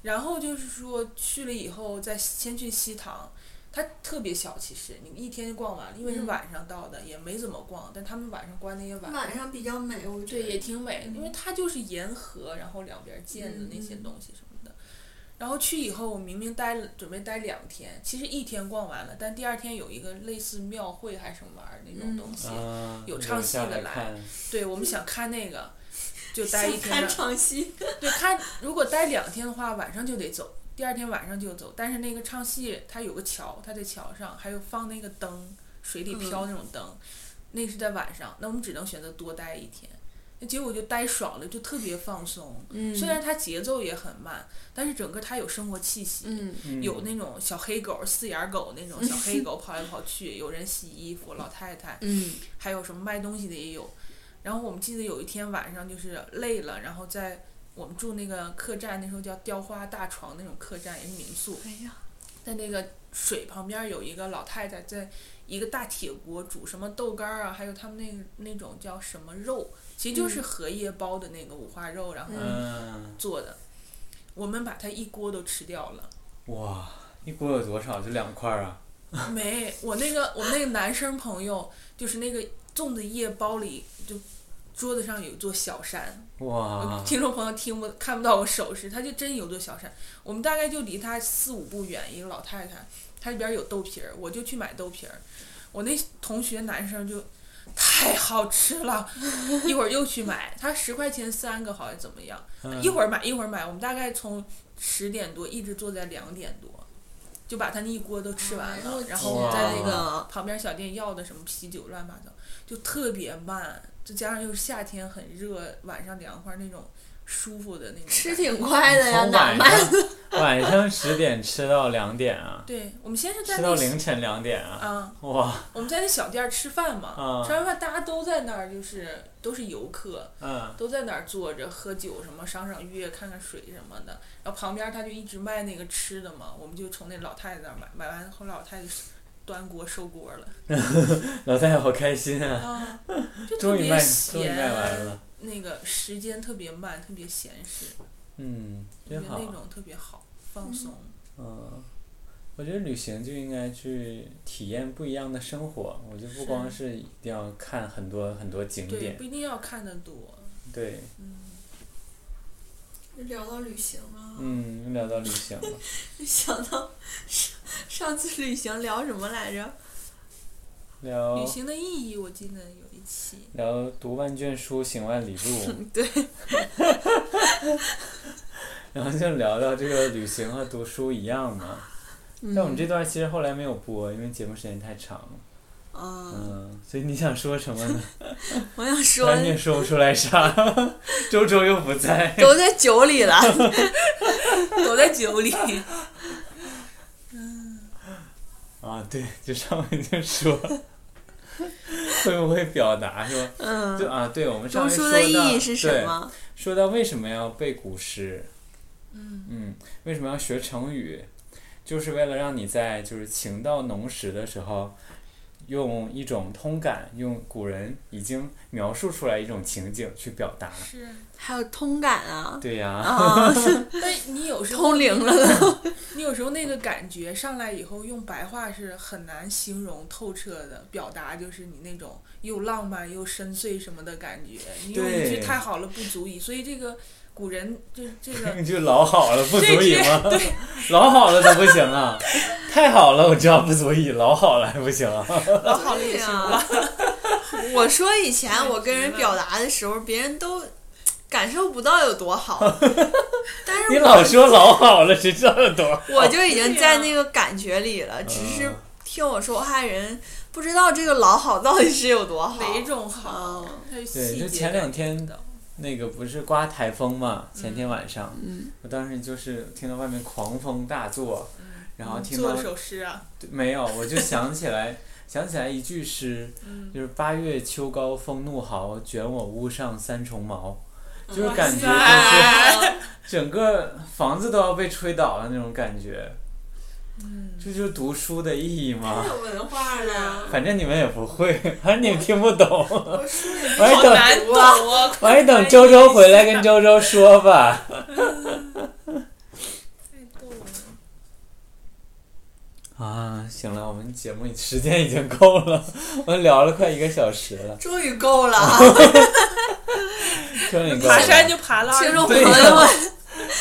Speaker 3: 然后就是说去了以后，再先去西塘，它特别小，其实你一天就逛完了，因为是
Speaker 2: 嗯
Speaker 3: 晚上到的，也没怎么逛，但他们晚上关的也晚。
Speaker 2: 晚上比较美，我觉
Speaker 3: 对，
Speaker 2: 得
Speaker 3: 也挺美，因为
Speaker 2: 嗯
Speaker 3: 它就是沿河，然后两边建的那些
Speaker 2: 嗯
Speaker 3: 东西什么的。然后去以后，我明明待了准备待两天，其实一天逛完了，但第二天有一个类似庙会还是什么玩意儿那种
Speaker 2: 嗯
Speaker 3: 东西，
Speaker 1: 啊，
Speaker 3: 有唱戏
Speaker 1: 下
Speaker 3: 的
Speaker 1: 来
Speaker 3: 来
Speaker 1: 看，
Speaker 3: 对我们想看那个，就待一
Speaker 2: 想
Speaker 3: 天
Speaker 2: 看
Speaker 3: 了。
Speaker 2: 场戏，
Speaker 3: 对，看如果待两天的话，晚上就得走，第二天晚上就走。但是那个唱戏，它有个桥，它在桥上，还有放那个灯，水里
Speaker 2: 嗯
Speaker 3: 飘那种灯，那是在晚上。那我们只能选择多待一天。那结果就待爽了，就特别放松。
Speaker 2: 嗯
Speaker 3: 虽然它节奏也很慢，但是整个它有生活气息。
Speaker 2: 嗯
Speaker 1: 嗯
Speaker 3: 有那种小黑狗、四眼狗那种小黑狗跑来跑去，有人洗衣服，老太太，
Speaker 2: 嗯
Speaker 3: 还有什么卖东西的也有。然后我们记得有一天晚上就是累了，然后在我们住那个客栈，那时候叫雕花大床那种客栈，也是民宿，
Speaker 2: 哎呀，
Speaker 3: 在那个水旁边有一个老太太，在一个大铁锅煮什么豆干儿啊，还有他们那个那种叫什么肉，其实就是
Speaker 2: 嗯
Speaker 3: 荷叶包的那个五花肉，然后
Speaker 1: 嗯，
Speaker 3: 做的。我们把它一锅都吃掉了，
Speaker 1: 哇，一锅有多少？就两块儿啊？
Speaker 3: 没，我那个我那个男生朋友，就是那个粽子叶包里就桌子上有一座小山，
Speaker 1: 哇，
Speaker 3: 听众朋友听不看不到我手势，他就真有座小山。我们大概就离他四五步远，一个老太太，她里边有豆皮儿，我就去买豆皮儿。我那同学男生就太好吃了，一会儿又去买，他十块钱三个，好像怎么样？
Speaker 1: 嗯
Speaker 3: 一会儿买一会儿买，我们大概从十点多一直坐在两点多，就把他那一锅都吃完
Speaker 2: 哎呦，
Speaker 3: 了然后我
Speaker 1: 天
Speaker 3: 们在那个
Speaker 2: 个
Speaker 3: 旁边小店要的什么啤酒乱七八糟，就特别慢，再加上又是夏天很热，晚上凉快那种舒服的那种感觉。
Speaker 2: 吃挺快的呀，
Speaker 1: 从
Speaker 2: 哪
Speaker 1: 晚
Speaker 2: 卖
Speaker 1: 上 (laughs)
Speaker 3: (laughs)
Speaker 1: 晚上十点吃到两点啊，
Speaker 3: 对，我们先是在
Speaker 1: 吃
Speaker 3: 那
Speaker 1: 到凌晨两点啊，
Speaker 3: 啊、
Speaker 1: 哇，
Speaker 3: 我们在那小店儿吃饭嘛，
Speaker 1: 啊
Speaker 3: 吃完饭大家都在那儿，就是都是游客，
Speaker 1: 嗯，
Speaker 3: 都在那儿坐着喝酒什么，赏赏月，看看水什么的。然后旁边他就一直卖那个吃的嘛，我们就从那老太太那儿买，买完后老太太端锅收锅了，
Speaker 1: 老太太好开心啊，
Speaker 3: 啊，就特
Speaker 1: 终于
Speaker 3: 别
Speaker 1: 卖，终于
Speaker 3: 闲，
Speaker 1: 卖完了，
Speaker 3: 那个时间特别慢，特别闲适。
Speaker 1: 嗯，
Speaker 3: 我觉
Speaker 1: 真
Speaker 3: 得
Speaker 1: 好，
Speaker 3: 那种特别好，放松。
Speaker 1: 嗯。我觉得旅行就应该去体验不一样的生活，我就不
Speaker 3: 是
Speaker 1: 光是一定要看很多很多景
Speaker 3: 对，
Speaker 1: 点，
Speaker 3: 不一定要看得多。
Speaker 1: 对，
Speaker 3: 嗯，
Speaker 2: 聊到旅行了，
Speaker 1: 嗯，又聊到旅行了。
Speaker 2: 想到上上次旅行聊什么来着？
Speaker 1: 聊哦
Speaker 3: 旅行的意义，我记得有一期。
Speaker 1: 聊读万卷书，行万里路，
Speaker 2: 嗯，对，
Speaker 1: (laughs) 然后就聊到这个旅行和读书一样嘛。但我们这段其实后来没有播，因为节目时间太长了。
Speaker 2: 嗯，
Speaker 1: 嗯，所以你想说什么呢？
Speaker 2: 我想说
Speaker 1: 但你也说不出来啥。 (laughs) 周周又不在，
Speaker 2: 都在酒
Speaker 1: (laughs)
Speaker 2: 里了，都在酒
Speaker 3: (laughs)
Speaker 2: 里。
Speaker 1: 啊，对，就上回就说， (laughs) 会不会表达是吧？
Speaker 2: 嗯，
Speaker 1: 就啊，对，我们上
Speaker 2: 读
Speaker 1: 回说
Speaker 2: 书
Speaker 1: 到
Speaker 2: 的意义是什
Speaker 1: 对
Speaker 2: 么？
Speaker 1: 说到为什么要背古诗，
Speaker 3: 嗯
Speaker 1: 嗯，为什么要学成语，就是为了让你在就是情到浓时的时候，用一种通感，用古人已经描述出来一种情景去表达。
Speaker 3: 是，
Speaker 2: 还有通感啊，
Speaker 1: 对呀、
Speaker 2: 啊，
Speaker 3: 嗯但你有时候
Speaker 2: 通灵了都。
Speaker 3: 你有时候那个感觉上来以后，用白话是很难形容透彻的表达，就是你那种又浪漫又深邃什么的感觉。你用一
Speaker 1: 对
Speaker 3: 句太好了不足以，所以这个古人就是
Speaker 1: (laughs)
Speaker 3: 这个
Speaker 1: (laughs) 你就老好了，不
Speaker 3: 这
Speaker 1: 足以
Speaker 3: 句
Speaker 1: 吗？老好了都不行啊，太好了，我知道不足以，老好了还不行啊。
Speaker 3: 老 (laughs) 好了也行了。
Speaker 2: 我说以前我跟人表达的时候，别人都感受不到有
Speaker 1: (laughs)
Speaker 2: 多好，但
Speaker 1: 你
Speaker 2: 是
Speaker 1: 老说老好了，谁知道有多？
Speaker 2: (laughs) 我就已经在那个感觉里了，只
Speaker 1: 嗯
Speaker 2: 是听我说话的人不知道这个老好到底是有多好。
Speaker 3: 哪一种好？它
Speaker 1: (laughs) 对，
Speaker 3: 有细
Speaker 1: 就
Speaker 3: 节
Speaker 1: 前两天
Speaker 3: 的
Speaker 1: 那个不是刮台风嘛，前天晚上，
Speaker 2: 嗯
Speaker 1: 我当时就是听到外面狂风大作，然后
Speaker 3: 嗯
Speaker 1: 听
Speaker 3: 做
Speaker 1: 到
Speaker 3: 了首诗啊，
Speaker 1: 没有，我就想起来想起来一句诗，
Speaker 3: 嗯，
Speaker 1: 就是八月秋高风怒号，卷我屋上三重毛，就是
Speaker 3: 嗯哇
Speaker 1: 感觉
Speaker 2: 哎
Speaker 1: 就是
Speaker 3: 塞
Speaker 1: (laughs) 整个房子都要被吹倒了那种感觉。
Speaker 3: 嗯，
Speaker 1: 这就是读书的意义
Speaker 2: 太
Speaker 1: 吗？
Speaker 2: 有文化了，
Speaker 1: 反正你们也不会，反正你们听不懂。
Speaker 2: 我书也
Speaker 1: 我还
Speaker 3: 好
Speaker 1: 等，
Speaker 3: 难懂啊！
Speaker 1: 我还等周周回来跟周周说吧。
Speaker 3: 太逗了，
Speaker 1: (laughs) 啊，行了，我们节目时间已经够了， (laughs) 我们聊了快一个小时了，
Speaker 2: (laughs) 终于够了啊，
Speaker 1: 终于够了。
Speaker 3: 爬山就爬了，
Speaker 2: 听众朋
Speaker 1: 对呀
Speaker 2: 友们。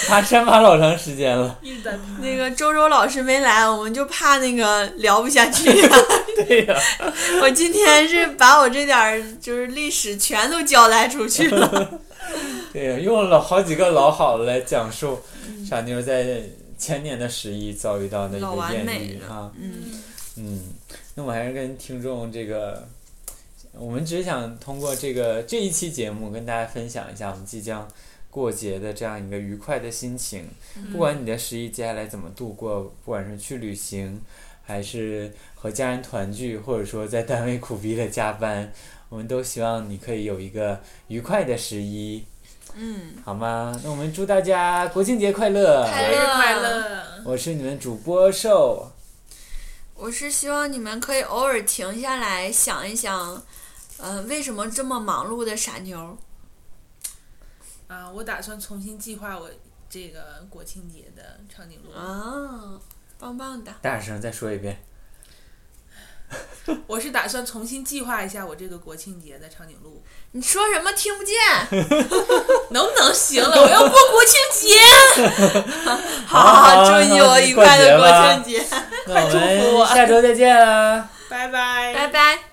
Speaker 1: 爬山爬老长时间了。
Speaker 3: 一直在爬。
Speaker 2: 那个周周老师没来，我们就怕那个聊不下去呀、
Speaker 1: (laughs) 对呀、
Speaker 2: (laughs) 我今天是把我这点儿就是历史全都交代出
Speaker 1: (laughs)
Speaker 2: 去了。
Speaker 1: 对呀、用了好几个老好了来讲述傻妞在前年的十一遭遇到的一
Speaker 2: 老
Speaker 1: 个
Speaker 2: 完
Speaker 1: 艳
Speaker 2: 美
Speaker 1: 遇
Speaker 2: 了
Speaker 1: 啊。
Speaker 2: 嗯，
Speaker 1: 嗯，那我还是跟听众这个，我们只是想通过这个这一期节目跟大家分享一下我们即将过节的这样一个愉快的心情。不管你的十一接下来怎么度过，不管是去旅行，还是和家人团聚，或者说在单位苦逼的加班，我们都希望你可以有一个愉快的十一，
Speaker 2: 嗯，
Speaker 1: 好吗？那我们祝大家国庆节快乐！
Speaker 2: 快
Speaker 3: 节日快
Speaker 2: 乐
Speaker 3: 乐，
Speaker 1: 我是你们主播瘦，
Speaker 2: 我是希望你们可以偶尔停下来想一想，呃，为什么这么忙碌的傻妞？
Speaker 3: 啊，我打算重新计划我这个国庆节的长颈鹿。
Speaker 2: 啊，棒棒的！
Speaker 1: 大声再说一遍。
Speaker 3: 我是打算重新计划一下我这个国庆节的长颈鹿，
Speaker 2: 你说什么听
Speaker 1: (laughs)
Speaker 2: 不见？
Speaker 3: 能不能行 (laughs) 了？我要过国庆节，
Speaker 2: (laughs) 好
Speaker 1: 好
Speaker 2: 祝你有
Speaker 1: 啊那
Speaker 2: 愉快的
Speaker 1: 过
Speaker 2: 国
Speaker 1: 节吧
Speaker 2: 庆节，
Speaker 1: 那我
Speaker 3: 祝福我
Speaker 1: 们下周再见啦！啊
Speaker 3: 拜拜，
Speaker 2: 拜拜。